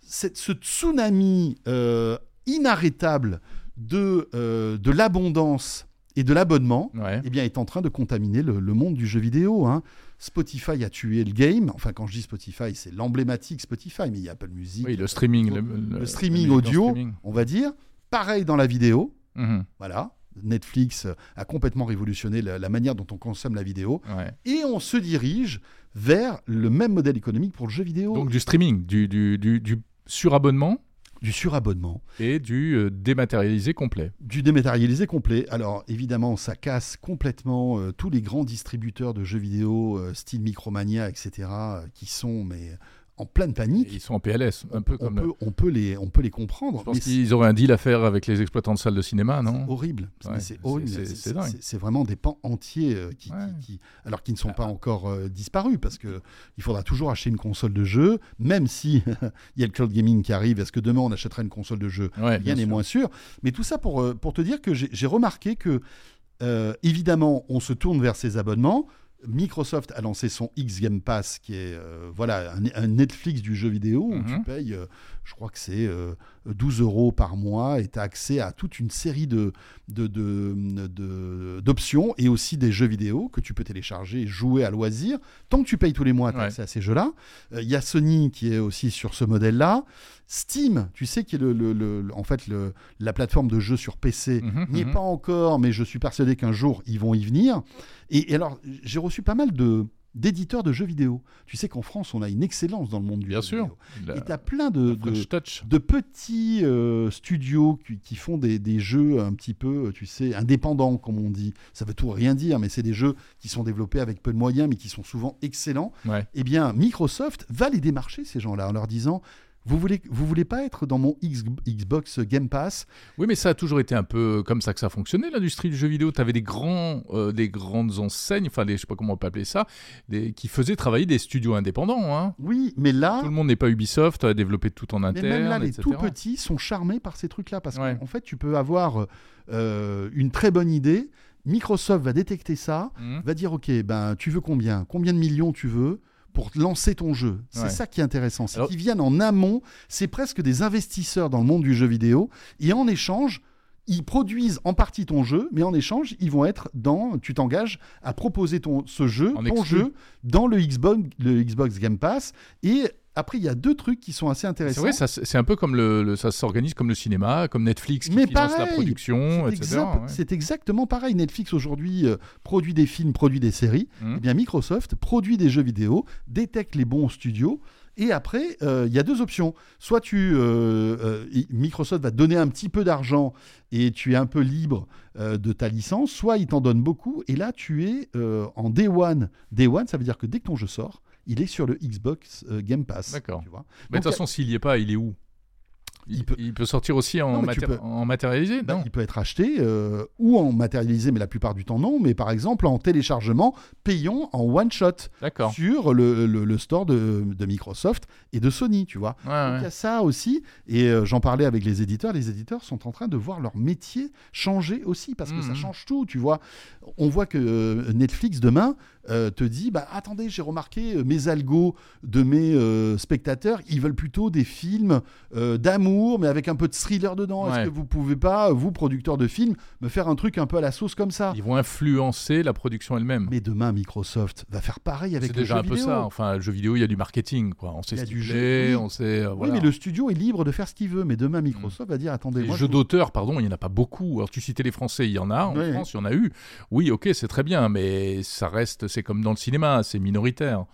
[SPEAKER 2] cette- ce tsunami euh, inarrêtable de, euh, de l'abondance et de l'abonnement
[SPEAKER 1] Ouais.
[SPEAKER 2] eh bien, est en train de contaminer le, le monde du jeu vidéo. hein. Spotify a tué le game. Enfin, quand je dis Spotify, c'est l'emblématique Spotify, mais il y a Apple Music,
[SPEAKER 1] Oui, le streaming. Le,
[SPEAKER 2] le
[SPEAKER 1] le-
[SPEAKER 2] streaming
[SPEAKER 1] le- le
[SPEAKER 2] audio,
[SPEAKER 1] streaming.
[SPEAKER 2] on va dire. Pareil dans la vidéo,
[SPEAKER 1] Mhm.
[SPEAKER 2] voilà. Netflix a complètement révolutionné la, la manière dont on consomme la vidéo.
[SPEAKER 1] Ouais.
[SPEAKER 2] Et on se dirige vers le même modèle économique pour le jeu vidéo.
[SPEAKER 1] Donc du streaming, du, du, du, du surabonnement
[SPEAKER 2] du surabonnement,
[SPEAKER 1] et du euh, dématérialisé complet.
[SPEAKER 2] du dématérialisé complet. Alors évidemment, ça casse complètement euh, tous les grands distributeurs de jeux vidéo, euh, style Micromania, etc., euh, qui sont mais, en pleine
[SPEAKER 1] Et
[SPEAKER 2] panique.
[SPEAKER 1] Ils sont en PLS, un peu
[SPEAKER 2] On
[SPEAKER 1] comme...
[SPEAKER 2] peut, on, peut les, on peut les comprendre.
[SPEAKER 1] Je pense
[SPEAKER 2] mais c'est-
[SPEAKER 1] qu'ils auraient un deal à faire avec les exploitants de salles de cinéma, non
[SPEAKER 2] C'est horrible. C'est-
[SPEAKER 1] Ouais,
[SPEAKER 2] c'est
[SPEAKER 1] c'est-
[SPEAKER 2] horrible.
[SPEAKER 1] c'est-
[SPEAKER 2] C'est-
[SPEAKER 1] c'est dingue.
[SPEAKER 2] c'est- C'est vraiment des pans entiers euh, qui, qui-
[SPEAKER 1] Ouais. Ah.
[SPEAKER 2] qui- alors qu'ils ne sont pas encore euh, disparus parce que il faudra toujours acheter une console de jeu, même si il y a le cloud gaming qui arrive. Est-ce que demain on achètera une console de jeu
[SPEAKER 1] Ouais, bien
[SPEAKER 2] Rien n'est
[SPEAKER 1] sûr.
[SPEAKER 2] moins sûr. Mais tout ça pour, euh, pour te dire que j'ai j'ai remarqué que euh, évidemment on se tourne vers ces abonnements. Microsoft a lancé son X Game Pass, qui est euh, voilà un, un Netflix du jeu vidéo où tu
[SPEAKER 1] Mhm.
[SPEAKER 2] payes, euh, je crois que c'est euh, 12 euros par mois et tu as accès à toute une série de de- de- de- d'options et aussi des jeux vidéo que tu peux télécharger et jouer à loisir. Tant que tu payes tous les mois, tu as
[SPEAKER 1] Ouais.
[SPEAKER 2] accès à ces jeux-là. Euh, Il y a Sony qui est aussi sur ce modèle-là. Steam, tu sais, qui est le, le- le- le- en fait le- la plateforme de jeux sur PC,
[SPEAKER 1] Mhm,
[SPEAKER 2] n'y est
[SPEAKER 1] mhm.
[SPEAKER 2] pas encore, mais je suis persuadé qu'un jour, ils vont y venir. Et, et alors, j'ai reçu pas mal de, d'éditeurs de jeux vidéo. Tu sais qu'en France, on a une excellence dans le monde du
[SPEAKER 1] Bien
[SPEAKER 2] jeu
[SPEAKER 1] sûr. Bah,
[SPEAKER 2] vidéo.
[SPEAKER 1] La-
[SPEAKER 2] Et tu as plein de, de-
[SPEAKER 1] French Touch.
[SPEAKER 2] de petits euh, studios qui, qui font des, des jeux un petit peu, euh, tu sais, indépendants, comme on dit. Ça veut tout rien dire, mais c'est des jeux qui sont développés avec peu de moyens, mais qui sont souvent excellents.
[SPEAKER 1] Ouais.
[SPEAKER 2] Eh bien, Microsoft va les démarcher, ces gens-là, en leur disant... Vous voulez, vous voulez pas être dans mon X- Xbox Game Pass
[SPEAKER 1] Oui, mais ça a toujours été un peu comme ça que ça fonctionnait, l'industrie du jeu vidéo. Tu avais des, grands, euh, des grandes enseignes, enfin, des- je sais pas comment on peut appeler ça, des- qui faisaient travailler des studios indépendants. hein.
[SPEAKER 2] Oui, mais là,
[SPEAKER 1] Tout le monde n'est pas Ubisoft, a développé tout en
[SPEAKER 2] Ah. Mais
[SPEAKER 1] interne.
[SPEAKER 2] même là, les
[SPEAKER 1] etc.
[SPEAKER 2] tout petits sont charmés par ces trucs-là parce
[SPEAKER 1] Ouais.
[SPEAKER 2] qu'en fait, tu peux avoir euh, une très bonne idée. Microsoft va détecter ça,
[SPEAKER 1] Mhm.
[SPEAKER 2] va dire ok, ben tu veux combien, combien de millions tu veux pour te lancer ton jeu. C'est
[SPEAKER 1] Ouais.
[SPEAKER 2] ça qui est intéressant, c'est
[SPEAKER 1] Alors-
[SPEAKER 2] qu'ils viennent en amont. C'est presque des investisseurs dans le monde du jeu vidéo et en échange. Ils produisent en partie ton jeu, mais en échange, ils vont être dans. Tu t'engages à proposer ton ce jeu,
[SPEAKER 1] En
[SPEAKER 2] ton
[SPEAKER 1] exclu.
[SPEAKER 2] jeu, dans le Xbox, le Xbox Game Pass. Et après, il y a deux trucs qui sont assez
[SPEAKER 1] C'est
[SPEAKER 2] intéressants.
[SPEAKER 1] vrai, ça, c'est un peu comme le, le- ça s'organise comme le cinéma, comme Netflix qui
[SPEAKER 2] Mais
[SPEAKER 1] finance la
[SPEAKER 2] pareil,
[SPEAKER 1] production,
[SPEAKER 2] C'est
[SPEAKER 1] etc.
[SPEAKER 2] exact-
[SPEAKER 1] ouais.
[SPEAKER 2] c'est exactement pareil. Netflix aujourd'hui euh, produit des films, produit des séries.
[SPEAKER 1] Mhm.
[SPEAKER 2] Eh bien, Microsoft produit des jeux vidéo, détecte les bons studios. Et après, euh, il y a deux options. Soit tu, euh, euh, i- Microsoft va te donner un petit peu d'argent et tu es un peu libre euh, de ta licence. Soit il t'en donne beaucoup et là tu es euh, en day one. Day one, ça veut dire que dès que ton jeu sort, il est sur le Xbox euh, Game Pass.
[SPEAKER 1] D'accord.
[SPEAKER 2] tu vois.
[SPEAKER 1] Mais de toute
[SPEAKER 2] Donc,
[SPEAKER 1] façon, s'il n'y est pas, il est où il,
[SPEAKER 2] Il
[SPEAKER 1] il
[SPEAKER 2] peut-
[SPEAKER 1] peut... sortir aussi en,
[SPEAKER 2] Non, mais tu
[SPEAKER 1] maté-
[SPEAKER 2] peux-
[SPEAKER 1] en matérialisé
[SPEAKER 2] Bah,
[SPEAKER 1] Non.
[SPEAKER 2] il peut être acheté euh, ou en matérialisé, mais la plupart du temps non. Mais par exemple en téléchargement payant en one shot
[SPEAKER 1] D'accord.
[SPEAKER 2] sur le, le- le store de, de Microsoft et de Sony, tu vois.
[SPEAKER 1] Ouais,
[SPEAKER 2] Donc,
[SPEAKER 1] Ah ouais.
[SPEAKER 2] Il y a ça aussi, et euh, j'en parlais avec les éditeurs. Les éditeurs sont en train de voir leur métier changer aussi, parce que
[SPEAKER 1] Mhm.
[SPEAKER 2] ça change tout, tu vois. On voit que euh, Netflix demain euh, te dit bah, Attendez, j'ai remarqué euh, mes algos de mes euh, spectateurs, ils veulent plutôt des films euh, d'amour, mais avec un peu de thriller dedans.
[SPEAKER 1] Ouais.
[SPEAKER 2] Est-ce que vous pouvez pas, euh, vous, producteurs de films, me faire un truc un peu à la sauce comme ça
[SPEAKER 1] Ils vont influencer la production elle-même.
[SPEAKER 2] Mais demain, Microsoft va faire pareil avec
[SPEAKER 1] C'est
[SPEAKER 2] le
[SPEAKER 1] déjà
[SPEAKER 2] jeu
[SPEAKER 1] un peu
[SPEAKER 2] vidéo.
[SPEAKER 1] ça. Enfin, le jeu vidéo, il y a du marketing, quoi. On sait
[SPEAKER 2] Il y a
[SPEAKER 1] ce
[SPEAKER 2] du
[SPEAKER 1] du
[SPEAKER 2] jeu-
[SPEAKER 1] jeu,
[SPEAKER 2] oui.
[SPEAKER 1] on sait. euh, voilà. Hmm.
[SPEAKER 2] Oui, mais le studio est libre de faire ce qu'il veut. Mais demain, Microsoft va dire attendez,
[SPEAKER 1] Les
[SPEAKER 2] moi, je
[SPEAKER 1] jeux
[SPEAKER 2] vous-
[SPEAKER 1] d'auteur, pardon, il n'y en a pas beaucoup. Alors, tu citais les Français, il y en a. En
[SPEAKER 2] Ouais.
[SPEAKER 1] France, il y en a eu. Oui, ok, c'est très bien, mais ça reste, c'est comme dans le cinéma, c'est minoritaire.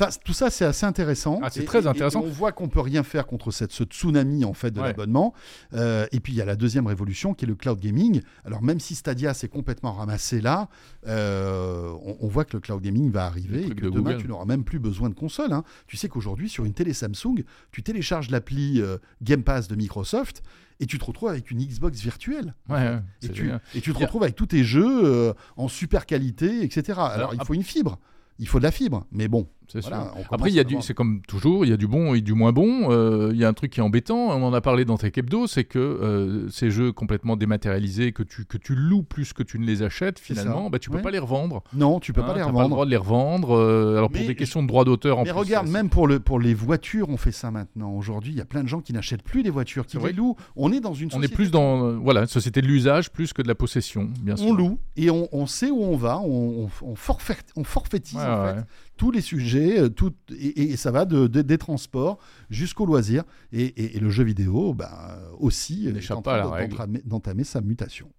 [SPEAKER 2] Enfin, tout ça, c'est assez intéressant.
[SPEAKER 1] Ah, c'est
[SPEAKER 2] Et-
[SPEAKER 1] très
[SPEAKER 2] et- et
[SPEAKER 1] intéressant.
[SPEAKER 2] on voit qu'on peut rien faire contre cette, ce tsunami en fait de
[SPEAKER 1] Ouais.
[SPEAKER 2] l'abonnement. Euh, et puis il y a la deuxième révolution qui est le cloud gaming. Alors même si Stadia s'est complètement ramassé là, euh, on, on voit que le cloud gaming va
[SPEAKER 1] Le
[SPEAKER 2] arriver et
[SPEAKER 1] truc
[SPEAKER 2] que
[SPEAKER 1] de
[SPEAKER 2] demain
[SPEAKER 1] Google.
[SPEAKER 2] tu n'auras même plus besoin de console. hein. Tu sais qu'aujourd'hui sur une télé Samsung, tu télécharges l'appli euh, Game Pass de Microsoft et tu te retrouves avec une Xbox virtuelle.
[SPEAKER 1] Ouais, ouais,
[SPEAKER 2] Et
[SPEAKER 1] c'est
[SPEAKER 2] tu,
[SPEAKER 1] génial.
[SPEAKER 2] et tu te
[SPEAKER 1] Il y a-
[SPEAKER 2] retrouves avec tous tes jeux euh, en super qualité, etc. Alors,
[SPEAKER 1] Alors,
[SPEAKER 2] il
[SPEAKER 1] ap-
[SPEAKER 2] faut une fibre. Il faut de la fibre. Mais bon,
[SPEAKER 1] C'est
[SPEAKER 2] Voilà,
[SPEAKER 1] sûr.
[SPEAKER 2] on commence
[SPEAKER 1] Après, il y a
[SPEAKER 2] à
[SPEAKER 1] du,
[SPEAKER 2] voir.
[SPEAKER 1] c'est comme toujours, il y a du bon et du moins bon. Euh, Il y a un truc qui est embêtant. On en a parlé dans Tech Hebdo, c'est que euh, ces jeux complètement dématérialisés que tu que tu loues plus que tu ne les achètes,
[SPEAKER 2] C'est ça.
[SPEAKER 1] finalement, bah tu peux
[SPEAKER 2] Ouais.
[SPEAKER 1] pas les revendre.
[SPEAKER 2] non, tu peux
[SPEAKER 1] hein,
[SPEAKER 2] pas les
[SPEAKER 1] t'as
[SPEAKER 2] revendre.
[SPEAKER 1] le droit de les revendre. euh, alors
[SPEAKER 2] Mais
[SPEAKER 1] pour des
[SPEAKER 2] je-
[SPEAKER 1] questions de droit d'auteur, en
[SPEAKER 2] mais
[SPEAKER 1] plus,
[SPEAKER 2] regarde,
[SPEAKER 1] c'est-
[SPEAKER 2] même pour, le, pour les voitures, on fait ça maintenant. Aujourd'hui, il y a plein de gens qui n'achètent plus les voitures, qui
[SPEAKER 1] C'est
[SPEAKER 2] les
[SPEAKER 1] vrai.
[SPEAKER 2] louent. On est dans une
[SPEAKER 1] On
[SPEAKER 2] société.
[SPEAKER 1] est plus dans euh, voilà, une société de l'usage plus que de la possession, bien sûr.
[SPEAKER 2] On loue et on, on sait où on va. On, on, on forfait- on forfaitise
[SPEAKER 1] Ouais,
[SPEAKER 2] en fait,
[SPEAKER 1] ouais.
[SPEAKER 2] tous les sujets, euh, tout, et, et ça va de, de- des transports jusqu'au loisir. Et, et- et le jeu vidéo, bah, aussi, est
[SPEAKER 1] n'échappe
[SPEAKER 2] en
[SPEAKER 1] pas à la
[SPEAKER 2] train d'ent-
[SPEAKER 1] règle.
[SPEAKER 2] d'entamer- d'entamer sa mutation.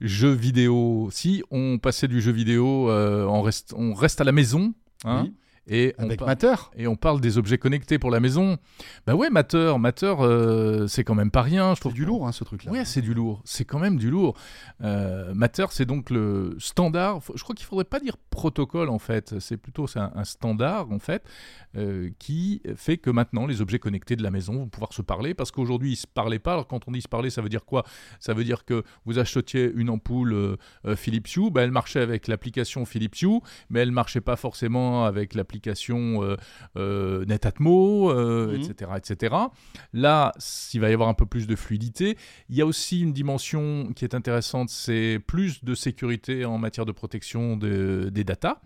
[SPEAKER 1] Jeux vidéo. Si on passait du jeu vidéo, euh, on reste on reste à la maison, hein,
[SPEAKER 2] Oui.
[SPEAKER 1] et on
[SPEAKER 2] Avec
[SPEAKER 1] pa-
[SPEAKER 2] Matter.
[SPEAKER 1] Et on parle des objets connectés pour la maison. Bah ouais, Matter, Matter, euh, c'est quand même pas rien. Je
[SPEAKER 2] C'est
[SPEAKER 1] trouve
[SPEAKER 2] du lourd, hein, ce truc-là.
[SPEAKER 1] Ouais, c'est du lourd. C'est quand même du lourd. Euh, Matter, c'est donc le standard. Faut- Je crois qu'il faudrait pas dire protocole en fait. C'est plutôt c'est un, un standard en fait euh, qui fait que maintenant les objets connectés de la maison vont pouvoir se parler parce qu'aujourd'hui ils se parlaient pas. Alors quand on dit se parler, ça veut dire quoi Ça veut dire que vous achetiez une ampoule euh, euh, Philips Hue, bah, elle marchait avec l'application Philips Hue, mais elle marchait pas forcément avec l'application euh, euh, Netatmo, euh,
[SPEAKER 2] Mhm.
[SPEAKER 1] etc., etc. Là, s'il va y avoir un peu plus de fluidité, il y a aussi une dimension qui est intéressante, c'est plus de sécurité en matière de protection de- des data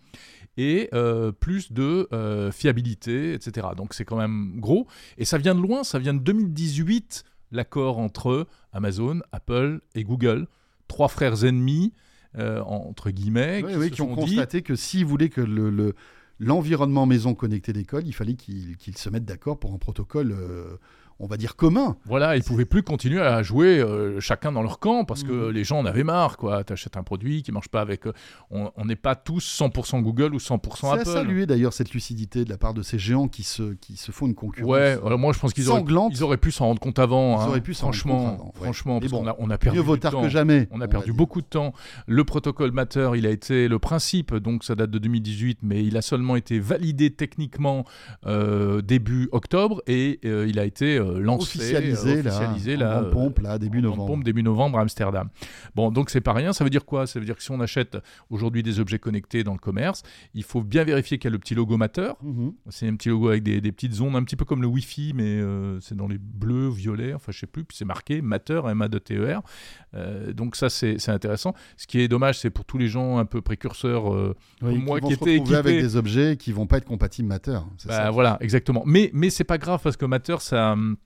[SPEAKER 1] et euh, plus de euh, fiabilité, etc. Donc c'est quand même gros. Et ça vient de loin, ça vient de 2018, l'accord entre Amazon, Apple et Google, trois frères ennemis, euh, entre guillemets,
[SPEAKER 2] Ouais,
[SPEAKER 1] qui,
[SPEAKER 2] ouais,
[SPEAKER 1] se
[SPEAKER 2] qui ont
[SPEAKER 1] sont dit-
[SPEAKER 2] constaté que s'ils voulaient que le, le- l'environnement maison connecté d'école, il fallait qu'ils qu'ils se mettent d'accord pour un protocole euh, on va dire, commun.
[SPEAKER 1] Voilà, ils pouvaient plus continuer à jouer euh, chacun dans leur camp parce
[SPEAKER 2] Mhm.
[SPEAKER 1] que les gens en avaient marre. quoi. T'achètes un produit qui marche pas avec. euh, on on n'est pas tous 100% Google ou 100%
[SPEAKER 2] C'est à
[SPEAKER 1] Apple.
[SPEAKER 2] saluer d'ailleurs cette lucidité de la part de ces géants qui se, qui se font une concurrence.
[SPEAKER 1] Ouais, alors moi je pense qu'ils auraient,
[SPEAKER 2] sanglante.
[SPEAKER 1] ils auraient pu s'en rendre compte avant.
[SPEAKER 2] Ils
[SPEAKER 1] hein.
[SPEAKER 2] auraient pu s'en rendre
[SPEAKER 1] franchement,
[SPEAKER 2] compte avant, ouais.
[SPEAKER 1] Franchement,
[SPEAKER 2] Mais
[SPEAKER 1] parce
[SPEAKER 2] bon,
[SPEAKER 1] qu'on a, on a perdu
[SPEAKER 2] Mieux vaut
[SPEAKER 1] du
[SPEAKER 2] tard
[SPEAKER 1] temps.
[SPEAKER 2] que jamais.
[SPEAKER 1] On a
[SPEAKER 2] va
[SPEAKER 1] perdu
[SPEAKER 2] dire.
[SPEAKER 1] beaucoup de temps. Le protocole Matter, il a été le principe, donc ça date de 2018, mais il a seulement été validé techniquement euh, début octobre et euh, il a été euh, lancé,
[SPEAKER 2] Officialisé,
[SPEAKER 1] euh, officialisé,
[SPEAKER 2] là, en grande
[SPEAKER 1] euh,
[SPEAKER 2] pompe, là, début
[SPEAKER 1] en grande
[SPEAKER 2] novembre.
[SPEAKER 1] pompe, début novembre à Amsterdam. Bon, donc c'est pas rien. Ça veut dire quoi Ça veut dire que si on achète aujourd'hui des objets connectés dans le commerce, il faut bien vérifier qu'il y a le petit logo Matter.
[SPEAKER 2] Mhm.
[SPEAKER 1] C'est un petit logo avec des, des petites ondes, un petit peu comme le Wi-Fi, mais euh, c'est dans les bleus, violets, enfin je sais plus. Puis c'est marqué Matter, M-A-T-E-R. e Euh, donc ça, c'est c'est intéressant. Ce qui est dommage, c'est pour tous les gens un peu précurseurs. euh,
[SPEAKER 2] Oui,
[SPEAKER 1] moi
[SPEAKER 2] vont
[SPEAKER 1] qui
[SPEAKER 2] se
[SPEAKER 1] étais
[SPEAKER 2] retrouver avec
[SPEAKER 1] équipé.
[SPEAKER 2] des objets qui vont pas être compatibles Matter. c'est
[SPEAKER 1] bah,
[SPEAKER 2] ça.
[SPEAKER 1] voilà, exactement. Mais, mais c'est pas grave parce que Matter, ça. hum,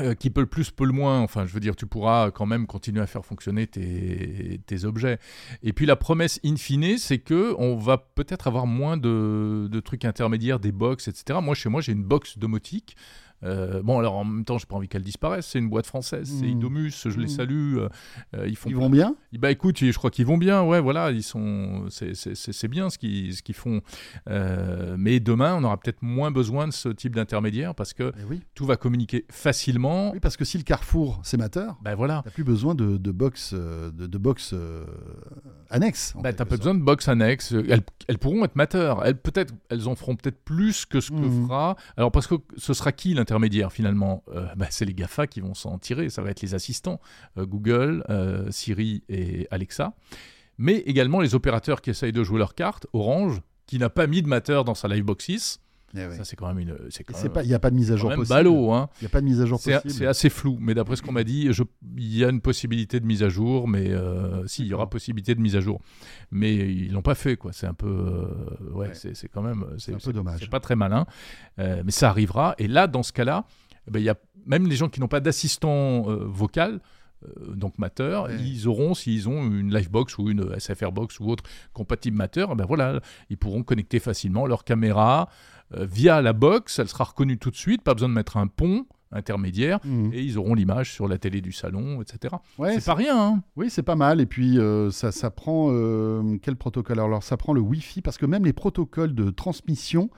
[SPEAKER 1] euh, qui peut le plus, peut le moins. Enfin, je veux dire, tu pourras quand même continuer à faire fonctionner tes, tes objets. Et puis la promesse in fine, c'est que on va peut-être avoir moins de, de trucs intermédiaires, des box, etc. Moi, chez moi, j'ai une box domotique. Euh, bon, alors en même temps, j'ai pas envie qu'elle disparaisse. C'est une boîte française, c'est
[SPEAKER 2] Mhm.
[SPEAKER 1] Idomus, je les
[SPEAKER 2] Mhm.
[SPEAKER 1] salue. euh, euh, ils font
[SPEAKER 2] Ils
[SPEAKER 1] plein-
[SPEAKER 2] vont bien
[SPEAKER 1] bah écoute, je crois qu'ils vont bien, ouais, voilà, ils sont, c'est- c'est c'est- c'est bien ce qu'ils ce qu'ils font. Euh, mais demain, on aura peut-être moins besoin de ce type d'intermédiaire parce que
[SPEAKER 2] Eh oui.
[SPEAKER 1] tout va communiquer facilement.
[SPEAKER 2] oui, parce que si le carrefour, c'est Matter,
[SPEAKER 1] Bah voilà.
[SPEAKER 2] t'as plus besoin de, de box, euh, de, de box euh, annexe. en
[SPEAKER 1] Bah, t'as
[SPEAKER 2] quelque
[SPEAKER 1] pas besoin de box annexe. Elles, elles pourront être matter. Elles peut-être, elles en feront peut-être plus que ce que
[SPEAKER 2] Mhm.
[SPEAKER 1] fera. Alors parce que ce sera qui l'intermédiaire finalement Euh, bah, c'est les Gafa qui vont s'en tirer. Ça va être les assistants Euh, Google, euh, Siri et Alexa, mais également les opérateurs qui essayent de jouer leur carte. Orange qui n'a pas mis de matter dans sa Livebox 6.
[SPEAKER 2] sorte. Eh oui.
[SPEAKER 1] Ça c'est quand même une. C'est
[SPEAKER 2] Et
[SPEAKER 1] quand
[SPEAKER 2] c'est
[SPEAKER 1] même,
[SPEAKER 2] pas, il n'y a pas de mise à
[SPEAKER 1] quand
[SPEAKER 2] jour
[SPEAKER 1] même
[SPEAKER 2] possible.
[SPEAKER 1] ballot, hein.
[SPEAKER 2] Il n'y a pas de mise à jour
[SPEAKER 1] C'est
[SPEAKER 2] possible.
[SPEAKER 1] c'est assez flou, mais d'après ce qu'on m'a dit, je- il y a une possibilité de mise à jour, mais euh, si, il y aura possibilité de mise à jour. Mais ils l'ont pas fait, quoi. C'est un peu. euh, ouais,
[SPEAKER 2] Ouais.
[SPEAKER 1] c'est c'est quand même.
[SPEAKER 2] C'est
[SPEAKER 1] C'est
[SPEAKER 2] un peu
[SPEAKER 1] c'est
[SPEAKER 2] dommage.
[SPEAKER 1] pas très malin, euh, mais ça arrivera. Et là, dans ce cas-là, eh ben, il y a même les gens qui n'ont pas d'assistant euh, vocal. euh, Donc Matter,
[SPEAKER 2] Ouais.
[SPEAKER 1] ils auront, s'ils ont une Livebox ou une SFR Box ou autre compatible Matter, eh ben voilà, ils pourront connecter facilement leur caméra euh, via la box, elle sera reconnue tout de suite, pas besoin de mettre un pont intermédiaire,
[SPEAKER 2] Mhm.
[SPEAKER 1] et ils auront l'image sur la télé du salon, etc.
[SPEAKER 2] Ouais,
[SPEAKER 1] c'est pas rien, hein.
[SPEAKER 2] Oui, c'est pas mal. Et puis, euh, ça, ça prend. euh, quel protocole Alors, ça prend le Wi-Fi, parce que même les protocoles de transmission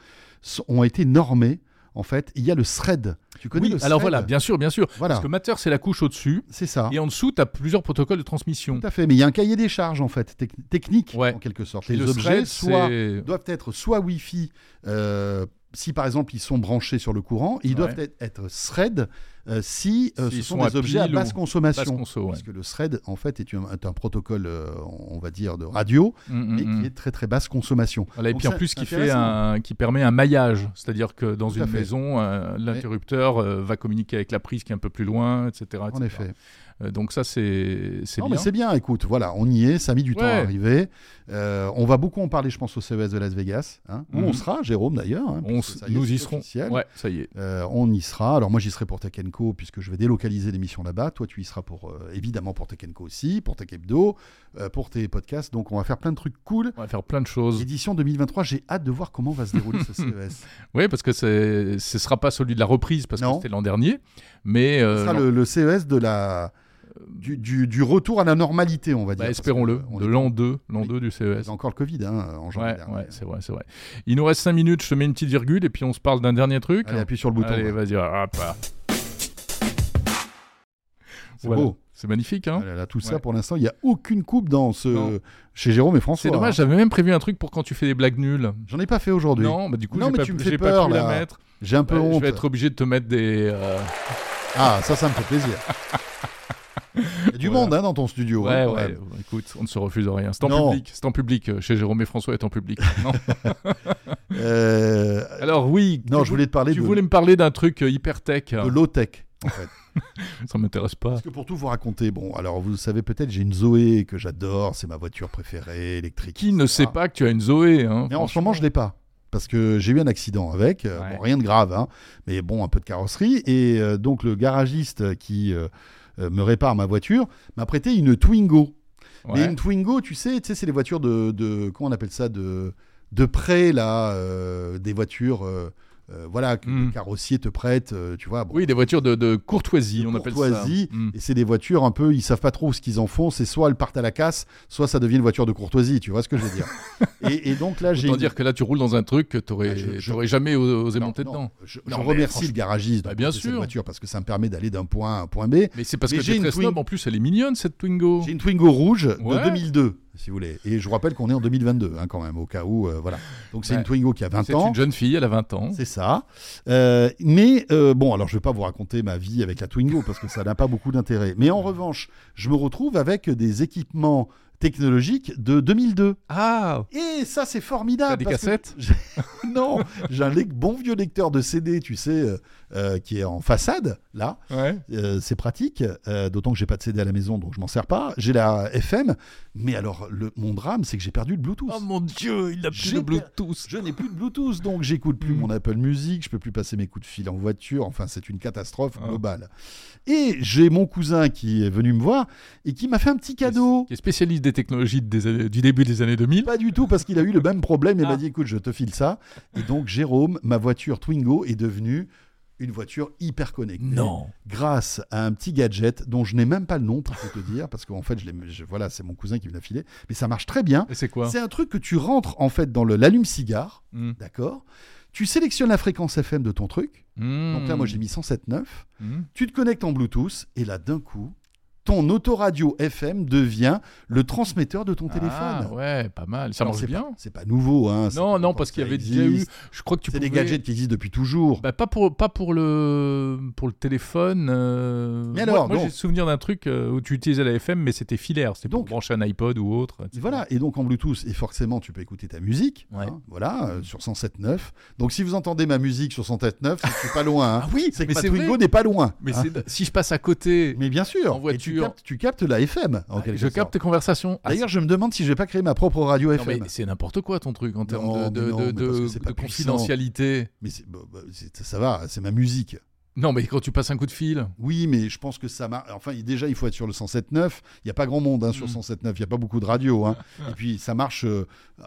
[SPEAKER 2] sont- ont été normés. En fait, il y a le thread. Tu connais
[SPEAKER 1] Oui,
[SPEAKER 2] le
[SPEAKER 1] alors
[SPEAKER 2] thread
[SPEAKER 1] voilà, bien sûr, bien sûr.
[SPEAKER 2] Voilà.
[SPEAKER 1] Parce que Matter, c'est la couche au-dessus,
[SPEAKER 2] C'est ça.
[SPEAKER 1] et en dessous, tu as plusieurs protocoles de transmission.
[SPEAKER 2] Ah. Tout à fait. Mais il y a un cahier des charges, en fait, tec- technique,
[SPEAKER 1] Ouais.
[SPEAKER 2] en quelque sorte.
[SPEAKER 1] Et
[SPEAKER 2] Les
[SPEAKER 1] le
[SPEAKER 2] objets
[SPEAKER 1] thread,
[SPEAKER 2] soit,
[SPEAKER 1] c'est-
[SPEAKER 2] doivent être soit Wi-Fi, euh, si par exemple ils sont branchés sur le courant, ils doivent être, être thread euh, si euh,
[SPEAKER 1] S'ils
[SPEAKER 2] ce sont,
[SPEAKER 1] sont à
[SPEAKER 2] des objets à
[SPEAKER 1] pile ou
[SPEAKER 2] basse
[SPEAKER 1] Basse
[SPEAKER 2] consommation.
[SPEAKER 1] conso, ouais.
[SPEAKER 2] Parce que le thread, en fait, est un, est un protocole, euh, on va dire, de radio,
[SPEAKER 1] Mm,
[SPEAKER 2] mais
[SPEAKER 1] mm,
[SPEAKER 2] qui
[SPEAKER 1] mm.
[SPEAKER 2] est très très basse consommation.
[SPEAKER 1] Voilà, et
[SPEAKER 2] Donc
[SPEAKER 1] puis en
[SPEAKER 2] ça,
[SPEAKER 1] plus,
[SPEAKER 2] c'est
[SPEAKER 1] qui, fait
[SPEAKER 2] intéressant.
[SPEAKER 1] un, qui permet un maillage, c'est-à-dire que dans
[SPEAKER 2] Tout à
[SPEAKER 1] une
[SPEAKER 2] fait.
[SPEAKER 1] maison, euh, l'interrupteur euh, va communiquer avec la prise qui est un peu plus loin, etc.
[SPEAKER 2] En
[SPEAKER 1] etc.
[SPEAKER 2] effet.
[SPEAKER 1] Euh, donc ça, c'est c'est
[SPEAKER 2] Non,
[SPEAKER 1] bien.
[SPEAKER 2] mais c'est bien, écoute, voilà, on y est, ça a mis du temps à
[SPEAKER 1] Ouais.
[SPEAKER 2] arriver. Euh, on va beaucoup en parler, je pense, au CES de Las Vegas, hein, où
[SPEAKER 1] Mhm.
[SPEAKER 2] on sera, Jérôme d'ailleurs. hein,
[SPEAKER 1] On
[SPEAKER 2] puisque
[SPEAKER 1] s-
[SPEAKER 2] ça est,
[SPEAKER 1] nous y
[SPEAKER 2] c'est
[SPEAKER 1] serons.
[SPEAKER 2] officiel.
[SPEAKER 1] Ouais, ça y est.
[SPEAKER 2] Euh, on y sera. Alors moi j'y serai pour Tech Co puisque je vais délocaliser l'émission là-bas. Toi tu y seras pour euh, évidemment pour Tech Co aussi, pour Tech Hebdo, euh, pour tes podcasts. Donc on va faire plein de trucs cool.
[SPEAKER 1] On va faire plein de choses.
[SPEAKER 2] Édition 2023, j'ai hâte de voir comment va se dérouler ce E CES.
[SPEAKER 1] Oui, parce que c'est- ce sera pas celui de la reprise, parce
[SPEAKER 2] Non.
[SPEAKER 1] que c'était l'an dernier. Mais
[SPEAKER 2] Ce
[SPEAKER 1] euh,
[SPEAKER 2] sera le, le CES de la du, du- du retour à la normalité, on va dire.
[SPEAKER 1] bah,
[SPEAKER 2] parce que,
[SPEAKER 1] espérons-le,
[SPEAKER 2] euh, on
[SPEAKER 1] de
[SPEAKER 2] est-
[SPEAKER 1] l'an 2, l'an
[SPEAKER 2] Oui.
[SPEAKER 1] 2 du
[SPEAKER 2] on
[SPEAKER 1] CES.
[SPEAKER 2] est encore le Covid hein, en janvier
[SPEAKER 1] Ouais,
[SPEAKER 2] dernier.
[SPEAKER 1] ouais, c'est vrai, c'est vrai. Il nous reste 5 minutes, je te mets une petite virgule et puis on se parle d'un dernier truc.
[SPEAKER 2] Allez, appuie sur le bouton.
[SPEAKER 1] Allez,
[SPEAKER 2] ouais.
[SPEAKER 1] vas-y, hop.
[SPEAKER 2] C'est
[SPEAKER 1] Voilà.
[SPEAKER 2] beau.
[SPEAKER 1] C'est magnifique, hein
[SPEAKER 2] Ah là là, tout ça
[SPEAKER 1] Ouais.
[SPEAKER 2] pour l'instant, il n'y a aucune coupe dans ce
[SPEAKER 1] Non.
[SPEAKER 2] chez Jérôme et François.
[SPEAKER 1] C'est dommage,
[SPEAKER 2] hein.
[SPEAKER 1] j'avais même prévu un truc pour quand tu fais des blagues nulles.
[SPEAKER 2] J'en ai pas fait aujourd'hui.
[SPEAKER 1] Non, bah du coup,
[SPEAKER 2] Non,
[SPEAKER 1] j'ai
[SPEAKER 2] mais
[SPEAKER 1] pas,
[SPEAKER 2] tu me
[SPEAKER 1] pu-
[SPEAKER 2] fais
[SPEAKER 1] j'ai
[SPEAKER 2] peur,
[SPEAKER 1] pas pu la
[SPEAKER 2] là.
[SPEAKER 1] mettre.
[SPEAKER 2] J'ai un peu
[SPEAKER 1] Bah,
[SPEAKER 2] honte.
[SPEAKER 1] je vais être obligé de te mettre des. euh,
[SPEAKER 2] Ah, ça, ça me fait plaisir. Il y a du
[SPEAKER 1] Voilà.
[SPEAKER 2] monde hein, dans ton studio.
[SPEAKER 1] Ouais,
[SPEAKER 2] hein,
[SPEAKER 1] ouais,
[SPEAKER 2] quand même.
[SPEAKER 1] écoute, on ne se refuse rien. C'est en
[SPEAKER 2] Non.
[SPEAKER 1] public, c'est en public. euh, Chez Jérôme et François est en public. Non.
[SPEAKER 2] Euh,
[SPEAKER 1] Alors, oui.
[SPEAKER 2] non,
[SPEAKER 1] tu
[SPEAKER 2] je voulais te parler
[SPEAKER 1] Tu
[SPEAKER 2] de,
[SPEAKER 1] voulais me parler d'un truc euh, hyper tech.
[SPEAKER 2] de low-tech. En fait.
[SPEAKER 1] Ça m'intéresse pas.
[SPEAKER 2] Parce que pour tout vous raconter, bon, alors vous le savez peut-être, j'ai une Zoé que j'adore, c'est ma voiture préférée, électrique.
[SPEAKER 1] Qui ne
[SPEAKER 2] etc.
[SPEAKER 1] sait pas que tu as une Zoé hein,
[SPEAKER 2] Ah. Mais en ce moment, je ne l'ai pas. Parce que j'ai eu un accident avec, euh,
[SPEAKER 1] Ouais.
[SPEAKER 2] bon, rien de grave, hein, mais bon, un peu de carrosserie. Et euh, donc, le garagiste qui euh, euh, me répare ma voiture m'a prêté une Twingo.
[SPEAKER 1] Ouais.
[SPEAKER 2] Mais une Twingo, tu sais, tu sais, c'est les voitures de, de- Comment on appelle ça De, de près, là. euh, des voitures. euh, euh, voilà, que
[SPEAKER 1] Mm.
[SPEAKER 2] le carrossier te prête, euh, tu vois. bon,
[SPEAKER 1] Oui, des voitures de, de courtoisie,
[SPEAKER 2] de
[SPEAKER 1] on appelle
[SPEAKER 2] courtoisie,
[SPEAKER 1] ça. Mm.
[SPEAKER 2] Et c'est des voitures un peu, ils savent pas trop ce qu'ils en font. C'est soit elles partent à la casse, soit ça devient une voiture de courtoisie. Tu vois ce que je veux dire et, et donc là, j'ai.
[SPEAKER 1] Autant
[SPEAKER 2] une-
[SPEAKER 1] dire que là, tu roules dans un truc que t'aurais
[SPEAKER 2] Ah, je- je-
[SPEAKER 1] t'aurais jamais o- osé
[SPEAKER 2] Non,
[SPEAKER 1] monter
[SPEAKER 2] non,
[SPEAKER 1] dedans.
[SPEAKER 2] Je,
[SPEAKER 1] Non,
[SPEAKER 2] j'en
[SPEAKER 1] mais
[SPEAKER 2] remercie
[SPEAKER 1] franchement-
[SPEAKER 2] le garagiste de
[SPEAKER 1] Bah, bien
[SPEAKER 2] prêter cette
[SPEAKER 1] sûr.
[SPEAKER 2] voiture parce que ça me permet d'aller d'un point A à un point B.
[SPEAKER 1] Mais c'est parce
[SPEAKER 2] Mais
[SPEAKER 1] que
[SPEAKER 2] j'ai
[SPEAKER 1] t'es
[SPEAKER 2] une
[SPEAKER 1] très
[SPEAKER 2] Twingo.
[SPEAKER 1] snob, en plus, elle est mignonne, cette Twingo.
[SPEAKER 2] J'ai une Twingo rouge
[SPEAKER 1] Oh. Ouais.
[SPEAKER 2] de 2002, si vous voulez. Et je vous rappelle qu'on est en 2022, hein, quand même, au cas où. euh, voilà. Donc c'est
[SPEAKER 1] Ouais.
[SPEAKER 2] une Twingo qui a 20
[SPEAKER 1] C'est
[SPEAKER 2] ans.
[SPEAKER 1] une jeune fille, elle a 20 ans.
[SPEAKER 2] C'est ça. Euh, mais euh, bon, alors je vais pas vous raconter ma vie avec la Twingo parce que ça n'a pas beaucoup d'intérêt. Mais en revanche, je me retrouve avec des équipements technologiques de 2002.
[SPEAKER 1] Ah
[SPEAKER 2] Et ça, c'est
[SPEAKER 1] T'as
[SPEAKER 2] formidable.
[SPEAKER 1] des
[SPEAKER 2] parce que
[SPEAKER 1] cassettes
[SPEAKER 2] j'ai- Non, j'ai un lec- bon vieux lecteur de CD, tu sais, euh, euh, qui est en façade, là.
[SPEAKER 1] Ouais.
[SPEAKER 2] Euh, c'est pratique, euh, d'autant que j'ai pas de CD à la maison, donc je m'en sers pas. J'ai la FM, mais alors le, mon drame, c'est que j'ai perdu le Bluetooth.
[SPEAKER 1] Oh mon dieu, il a plus
[SPEAKER 2] J'ai
[SPEAKER 1] de
[SPEAKER 2] per-
[SPEAKER 1] Bluetooth.
[SPEAKER 2] Je n'ai plus de Bluetooth, donc j'écoute plus
[SPEAKER 1] Mm.
[SPEAKER 2] mon Apple Music, je peux plus passer mes coups de fil en voiture. Enfin, c'est une catastrophe
[SPEAKER 1] Ah.
[SPEAKER 2] globale. Et j'ai mon cousin qui est venu me voir et qui m'a fait un petit cadeau.
[SPEAKER 1] Qui est spécialiste des technologies des années- du début des années 2000.
[SPEAKER 2] Pas du tout, parce qu'il a eu le même problème. Il
[SPEAKER 1] Ah.
[SPEAKER 2] m'a dit, écoute, je te file ça. Et donc, Jérôme, ma voiture Twingo est devenue une voiture hyper connectée.
[SPEAKER 1] Non.
[SPEAKER 2] Grâce à un petit gadget dont je n'ai même pas le nom, pour tout te dire, parce qu'en fait, je, l'ai- je- voilà, c'est mon cousin qui me l'a filé. Mais ça marche très bien.
[SPEAKER 1] Et c'est quoi
[SPEAKER 2] C'est un truc que tu rentres, en fait, dans le l'allume-cigare.
[SPEAKER 1] Mm.
[SPEAKER 2] D'accord Tu sélectionnes la fréquence FM de ton truc.
[SPEAKER 1] Hmm.
[SPEAKER 2] Donc là, moi, j'ai mis 107.9.
[SPEAKER 1] Mm.
[SPEAKER 2] Tu te connectes en Bluetooth et là, d'un coup, ton autoradio FM devient le transmetteur de ton
[SPEAKER 1] Ah,
[SPEAKER 2] téléphone.
[SPEAKER 1] ouais, pas mal. Ça
[SPEAKER 2] Alors,
[SPEAKER 1] marche
[SPEAKER 2] c'est
[SPEAKER 1] bien.
[SPEAKER 2] pas- C'est pas nouveau. Hein, ça
[SPEAKER 1] Non,
[SPEAKER 2] fait
[SPEAKER 1] non,
[SPEAKER 2] longtemps
[SPEAKER 1] parce
[SPEAKER 2] que
[SPEAKER 1] qu'il y
[SPEAKER 2] ça
[SPEAKER 1] avait déjà eu.
[SPEAKER 2] existe.
[SPEAKER 1] Je crois que tu
[SPEAKER 2] C'est
[SPEAKER 1] pouvais.
[SPEAKER 2] des gadgets qui existent depuis toujours.
[SPEAKER 1] Bah, pas pour pas pour le pour le téléphone. euh,
[SPEAKER 2] Mais
[SPEAKER 1] moi-
[SPEAKER 2] alors,
[SPEAKER 1] moi, j'ai
[SPEAKER 2] donc-
[SPEAKER 1] le souvenir d'un truc euh, où tu utilisais la FM, mais c'était filaire. C'était pour
[SPEAKER 2] Donc-
[SPEAKER 1] brancher un iPod ou autre.
[SPEAKER 2] Et
[SPEAKER 1] etc.
[SPEAKER 2] voilà, et donc en Bluetooth, et forcément tu peux écouter ta musique,
[SPEAKER 1] Ouais.
[SPEAKER 2] hein, voilà, euh, sur 107.9. Donc si vous entendez ma musique sur 107.9, c'est que je suis pas loin. hein.
[SPEAKER 1] Ah oui,
[SPEAKER 2] c'est que
[SPEAKER 1] mais
[SPEAKER 2] ma
[SPEAKER 1] c'est
[SPEAKER 2] Twingo
[SPEAKER 1] vrai.
[SPEAKER 2] n'est pas loin.
[SPEAKER 1] Mais
[SPEAKER 2] hein.
[SPEAKER 1] c'est- si je passe à côté,
[SPEAKER 2] Mais bien sûr,
[SPEAKER 1] En
[SPEAKER 2] et tu,
[SPEAKER 1] voiture.
[SPEAKER 2] captes, tu captes la FM en quelque
[SPEAKER 1] je
[SPEAKER 2] sorte.
[SPEAKER 1] capte tes conversations. Ah,
[SPEAKER 2] D'ailleurs, je me demande si je vais pas créer ma propre radio
[SPEAKER 1] Non,
[SPEAKER 2] FM.
[SPEAKER 1] mais c'est n'importe quoi ton truc en termes
[SPEAKER 2] bah. Non,
[SPEAKER 1] de,
[SPEAKER 2] mais
[SPEAKER 1] de-
[SPEAKER 2] non,
[SPEAKER 1] de-
[SPEAKER 2] mais parce que c'est
[SPEAKER 1] de
[SPEAKER 2] pas puissant.
[SPEAKER 1] confidentialité.
[SPEAKER 2] Mais c'est- bah, bah, c'est- ça va, c'est ma musique.
[SPEAKER 1] Non, mais quand tu passes un coup de fil,
[SPEAKER 2] Oui, mais je pense que ça marche. Enfin, il- déjà, il faut être sur le 107.9. Il n'y a pas grand monde hein, sur
[SPEAKER 1] Mm.
[SPEAKER 2] 107.9. Il n'y a pas beaucoup de radios. hein. Et puis, ça marche. euh,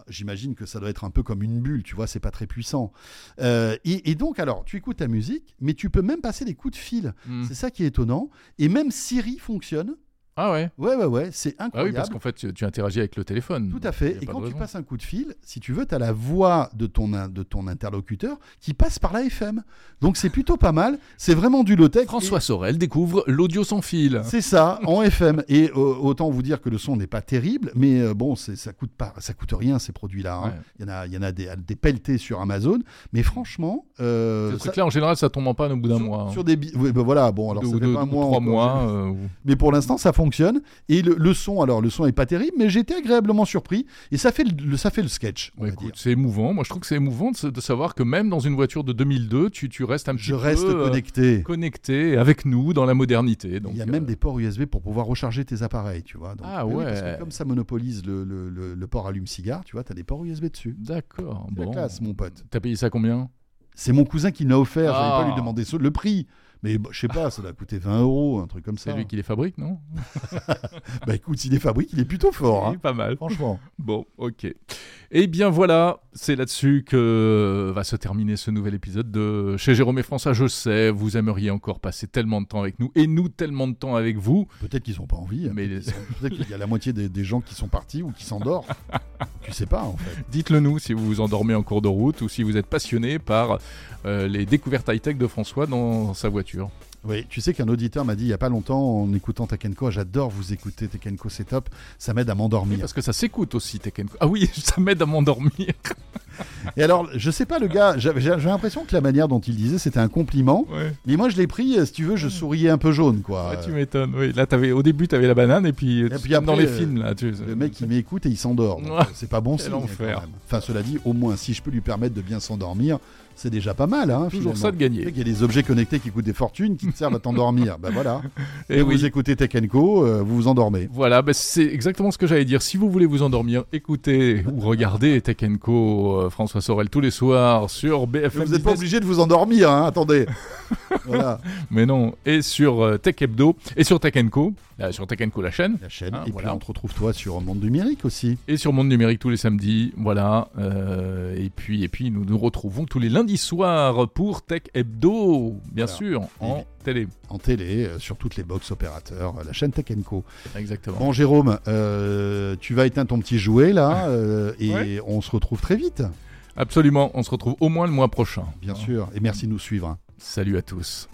[SPEAKER 2] J'imagine que ça doit être un peu comme une bulle. Tu vois, c'est pas très puissant. Euh, et, et donc, alors, tu écoutes ta musique, mais tu peux même passer des coups de fil.
[SPEAKER 1] hmm.
[SPEAKER 2] C'est ça qui est étonnant. Et même Siri fonctionne.
[SPEAKER 1] ah ouais.
[SPEAKER 2] Ouais, ouais, ouais. C'est
[SPEAKER 1] Ah oui,
[SPEAKER 2] incroyable.
[SPEAKER 1] parce qu'en fait, tu, tu interagis avec le téléphone.
[SPEAKER 2] Tout
[SPEAKER 1] Hmm. Il y
[SPEAKER 2] à
[SPEAKER 1] a
[SPEAKER 2] fait. Et
[SPEAKER 1] pas
[SPEAKER 2] quand
[SPEAKER 1] de
[SPEAKER 2] tu
[SPEAKER 1] raison.
[SPEAKER 2] passes un coup de fil, si tu veux, tu as la voix de ton, in- de ton interlocuteur qui passe par la FM. Donc c'est plutôt pas mal. C'est vraiment du low-tech.
[SPEAKER 1] François Sorel découvre l'audio sans fil.
[SPEAKER 2] Et C'est ça, en FM. Et euh, autant vous dire que le son n'est pas terrible, mais euh, bon, c'est- ça coûte pas, ça coûte rien ces produits-là. hein.
[SPEAKER 1] Ouais.
[SPEAKER 2] Il y en a, il y en a des, des pelletés sur Amazon, mais franchement, euh,
[SPEAKER 1] Ce
[SPEAKER 2] ça-
[SPEAKER 1] truc-là, en général, ça tombe en panne au bout d'un
[SPEAKER 2] sur,
[SPEAKER 1] mois. hein.
[SPEAKER 2] sur des, bi- oui, ben voilà, bon, alors
[SPEAKER 1] Deux
[SPEAKER 2] ça
[SPEAKER 1] ou
[SPEAKER 2] fait
[SPEAKER 1] deux-
[SPEAKER 2] pas un
[SPEAKER 1] ou
[SPEAKER 2] mois
[SPEAKER 1] trois
[SPEAKER 2] encore,
[SPEAKER 1] mois.
[SPEAKER 2] j'ai-
[SPEAKER 1] euh, ou-
[SPEAKER 2] mais pour l'instant, ça fonctionne. Et le, le son, alors le son est pas terrible, mais j'ai été agréablement surpris. Et ça fait le, le- ça fait le sketch. on
[SPEAKER 1] Ouais,
[SPEAKER 2] va
[SPEAKER 1] écoute,
[SPEAKER 2] dire.
[SPEAKER 1] c'est émouvant. Moi, je trouve que c'est émouvant de, se- de savoir que même dans une voiture de 2002, tu, tu restes un petit
[SPEAKER 2] Je
[SPEAKER 1] peu
[SPEAKER 2] reste
[SPEAKER 1] euh,
[SPEAKER 2] connecté.
[SPEAKER 1] connecté avec nous dans la modernité. Donc,
[SPEAKER 2] Il y a
[SPEAKER 1] euh,
[SPEAKER 2] même des ports USB pour pouvoir recharger tes appareils, tu vois. Donc,
[SPEAKER 1] Ah
[SPEAKER 2] oui,
[SPEAKER 1] ouais.
[SPEAKER 2] parce que comme ça monopolise le, le- le- le port allume-cigare, tu vois, t'as des ports USB dessus.
[SPEAKER 1] D'accord.
[SPEAKER 2] C'est
[SPEAKER 1] Ah Bon.
[SPEAKER 2] la classe, mon pote.
[SPEAKER 1] T'as payé ça combien
[SPEAKER 2] C'est mon cousin qui me l'a offert, j'allais
[SPEAKER 1] Ah.
[SPEAKER 2] pas lui demander ce- le prix. Mais bah, je sais pas, ça doit coûter 20 euros, un truc comme
[SPEAKER 1] C'est
[SPEAKER 2] ça.
[SPEAKER 1] lui qui les fabrique, non
[SPEAKER 2] Bah écoute, s'il les fabrique, il est plutôt fort, hein.
[SPEAKER 1] Oui, Pas mal.
[SPEAKER 2] franchement.
[SPEAKER 1] Bon, ok. Eh bien voilà, c'est là-dessus que va se terminer ce nouvel épisode de Chez Jérôme et François. Je sais, vous aimeriez encore passer tellement de temps avec nous, et nous tellement de temps avec vous.
[SPEAKER 2] Peut-être qu'ils ont pas envie. hein.
[SPEAKER 1] Mais les-
[SPEAKER 2] Peut-être qu'il y a la moitié des, des gens qui sont partis ou qui s'endorment. tu sais pas, en fait.
[SPEAKER 1] dites-le nous si vous vous endormez en cours de route ou si vous êtes passionné par euh, les découvertes high-tech de François dans sa voiture.
[SPEAKER 2] Oui, tu sais qu'un auditeur m'a dit il y a pas longtemps, en écoutant Tekenko, j'adore vous écouter Tekenko, c'est top, ça m'aide à
[SPEAKER 1] Oui,
[SPEAKER 2] m'endormir.
[SPEAKER 1] parce que ça s'écoute aussi, Tekken. Ah oui, ça m'aide à m'endormir.
[SPEAKER 2] Et alors, je sais pas, le gars, j'avais- j'ai j'ai l'impression que la manière dont il disait, c'était un compliment.
[SPEAKER 1] Ouais,
[SPEAKER 2] Mais moi, je l'ai pris, euh, si tu veux, je souriais un peu jaune, quoi.
[SPEAKER 1] Ah,
[SPEAKER 2] Euh,
[SPEAKER 1] tu m'étonnes. Oui, là, avais, au début, t'avais la banane, et puis, euh,
[SPEAKER 2] puis
[SPEAKER 1] comme dans
[SPEAKER 2] après, euh,
[SPEAKER 1] les films, là. Tu...
[SPEAKER 2] Le mec, il m'écoute et il s'endort. Donc,
[SPEAKER 1] Ouais.
[SPEAKER 2] euh, C'est pas bon
[SPEAKER 1] Quel
[SPEAKER 2] signe. quand
[SPEAKER 1] enfer.
[SPEAKER 2] même. Enfin, cela dit, au moins, si je peux lui permettre de bien s'endormir, c'est déjà pas mal. Hein,
[SPEAKER 1] Toujours
[SPEAKER 2] finalement.
[SPEAKER 1] ça de gagner.
[SPEAKER 2] Tu sais qu'il y a des objets connectés qui coûtent des fortunes qui te servent à t'endormir. ben voilà.
[SPEAKER 1] Eh
[SPEAKER 2] Et
[SPEAKER 1] oui.
[SPEAKER 2] vous écoutez Tech Co, euh, vous vous endormez.
[SPEAKER 1] Voilà, bah, c'est exactement ce que j'allais dire. Si vous voulez vous endormir, écoutez ou regardez Tech Co, euh, François Sorel tous les soirs sur
[SPEAKER 2] Mais
[SPEAKER 1] BFM
[SPEAKER 2] vous n'êtes pas
[SPEAKER 1] Business.
[SPEAKER 2] obligé de vous endormir, hein, attendez. Voilà,
[SPEAKER 1] Mais non. Et sur euh, Tech Hebdo, et sur Tech Co, là, sur Tech Co la chaîne,
[SPEAKER 2] la chaîne.
[SPEAKER 1] Ah,
[SPEAKER 2] et
[SPEAKER 1] voilà.
[SPEAKER 2] puis on te retrouve toi sur Monde Numérique aussi.
[SPEAKER 1] et sur Monde Numérique tous les samedis, voilà. Euh, et puis, et puis nous nous retrouvons tous les lundis soirs pour Tech Hebdo, bien
[SPEAKER 2] Voilà.
[SPEAKER 1] sûr, en
[SPEAKER 2] Et-
[SPEAKER 1] télé.
[SPEAKER 2] En télé, euh, sur toutes les box opérateurs, euh, la chaîne Tech Co.
[SPEAKER 1] Exactement.
[SPEAKER 2] Bon Jérôme, euh, tu vas éteindre ton petit jouet là, euh, et
[SPEAKER 1] Ouais.
[SPEAKER 2] on se retrouve très vite,
[SPEAKER 1] Absolument. On se retrouve au moins le mois prochain.
[SPEAKER 2] bien sûr. Et merci de nous suivre. hein.
[SPEAKER 1] Salut à tous.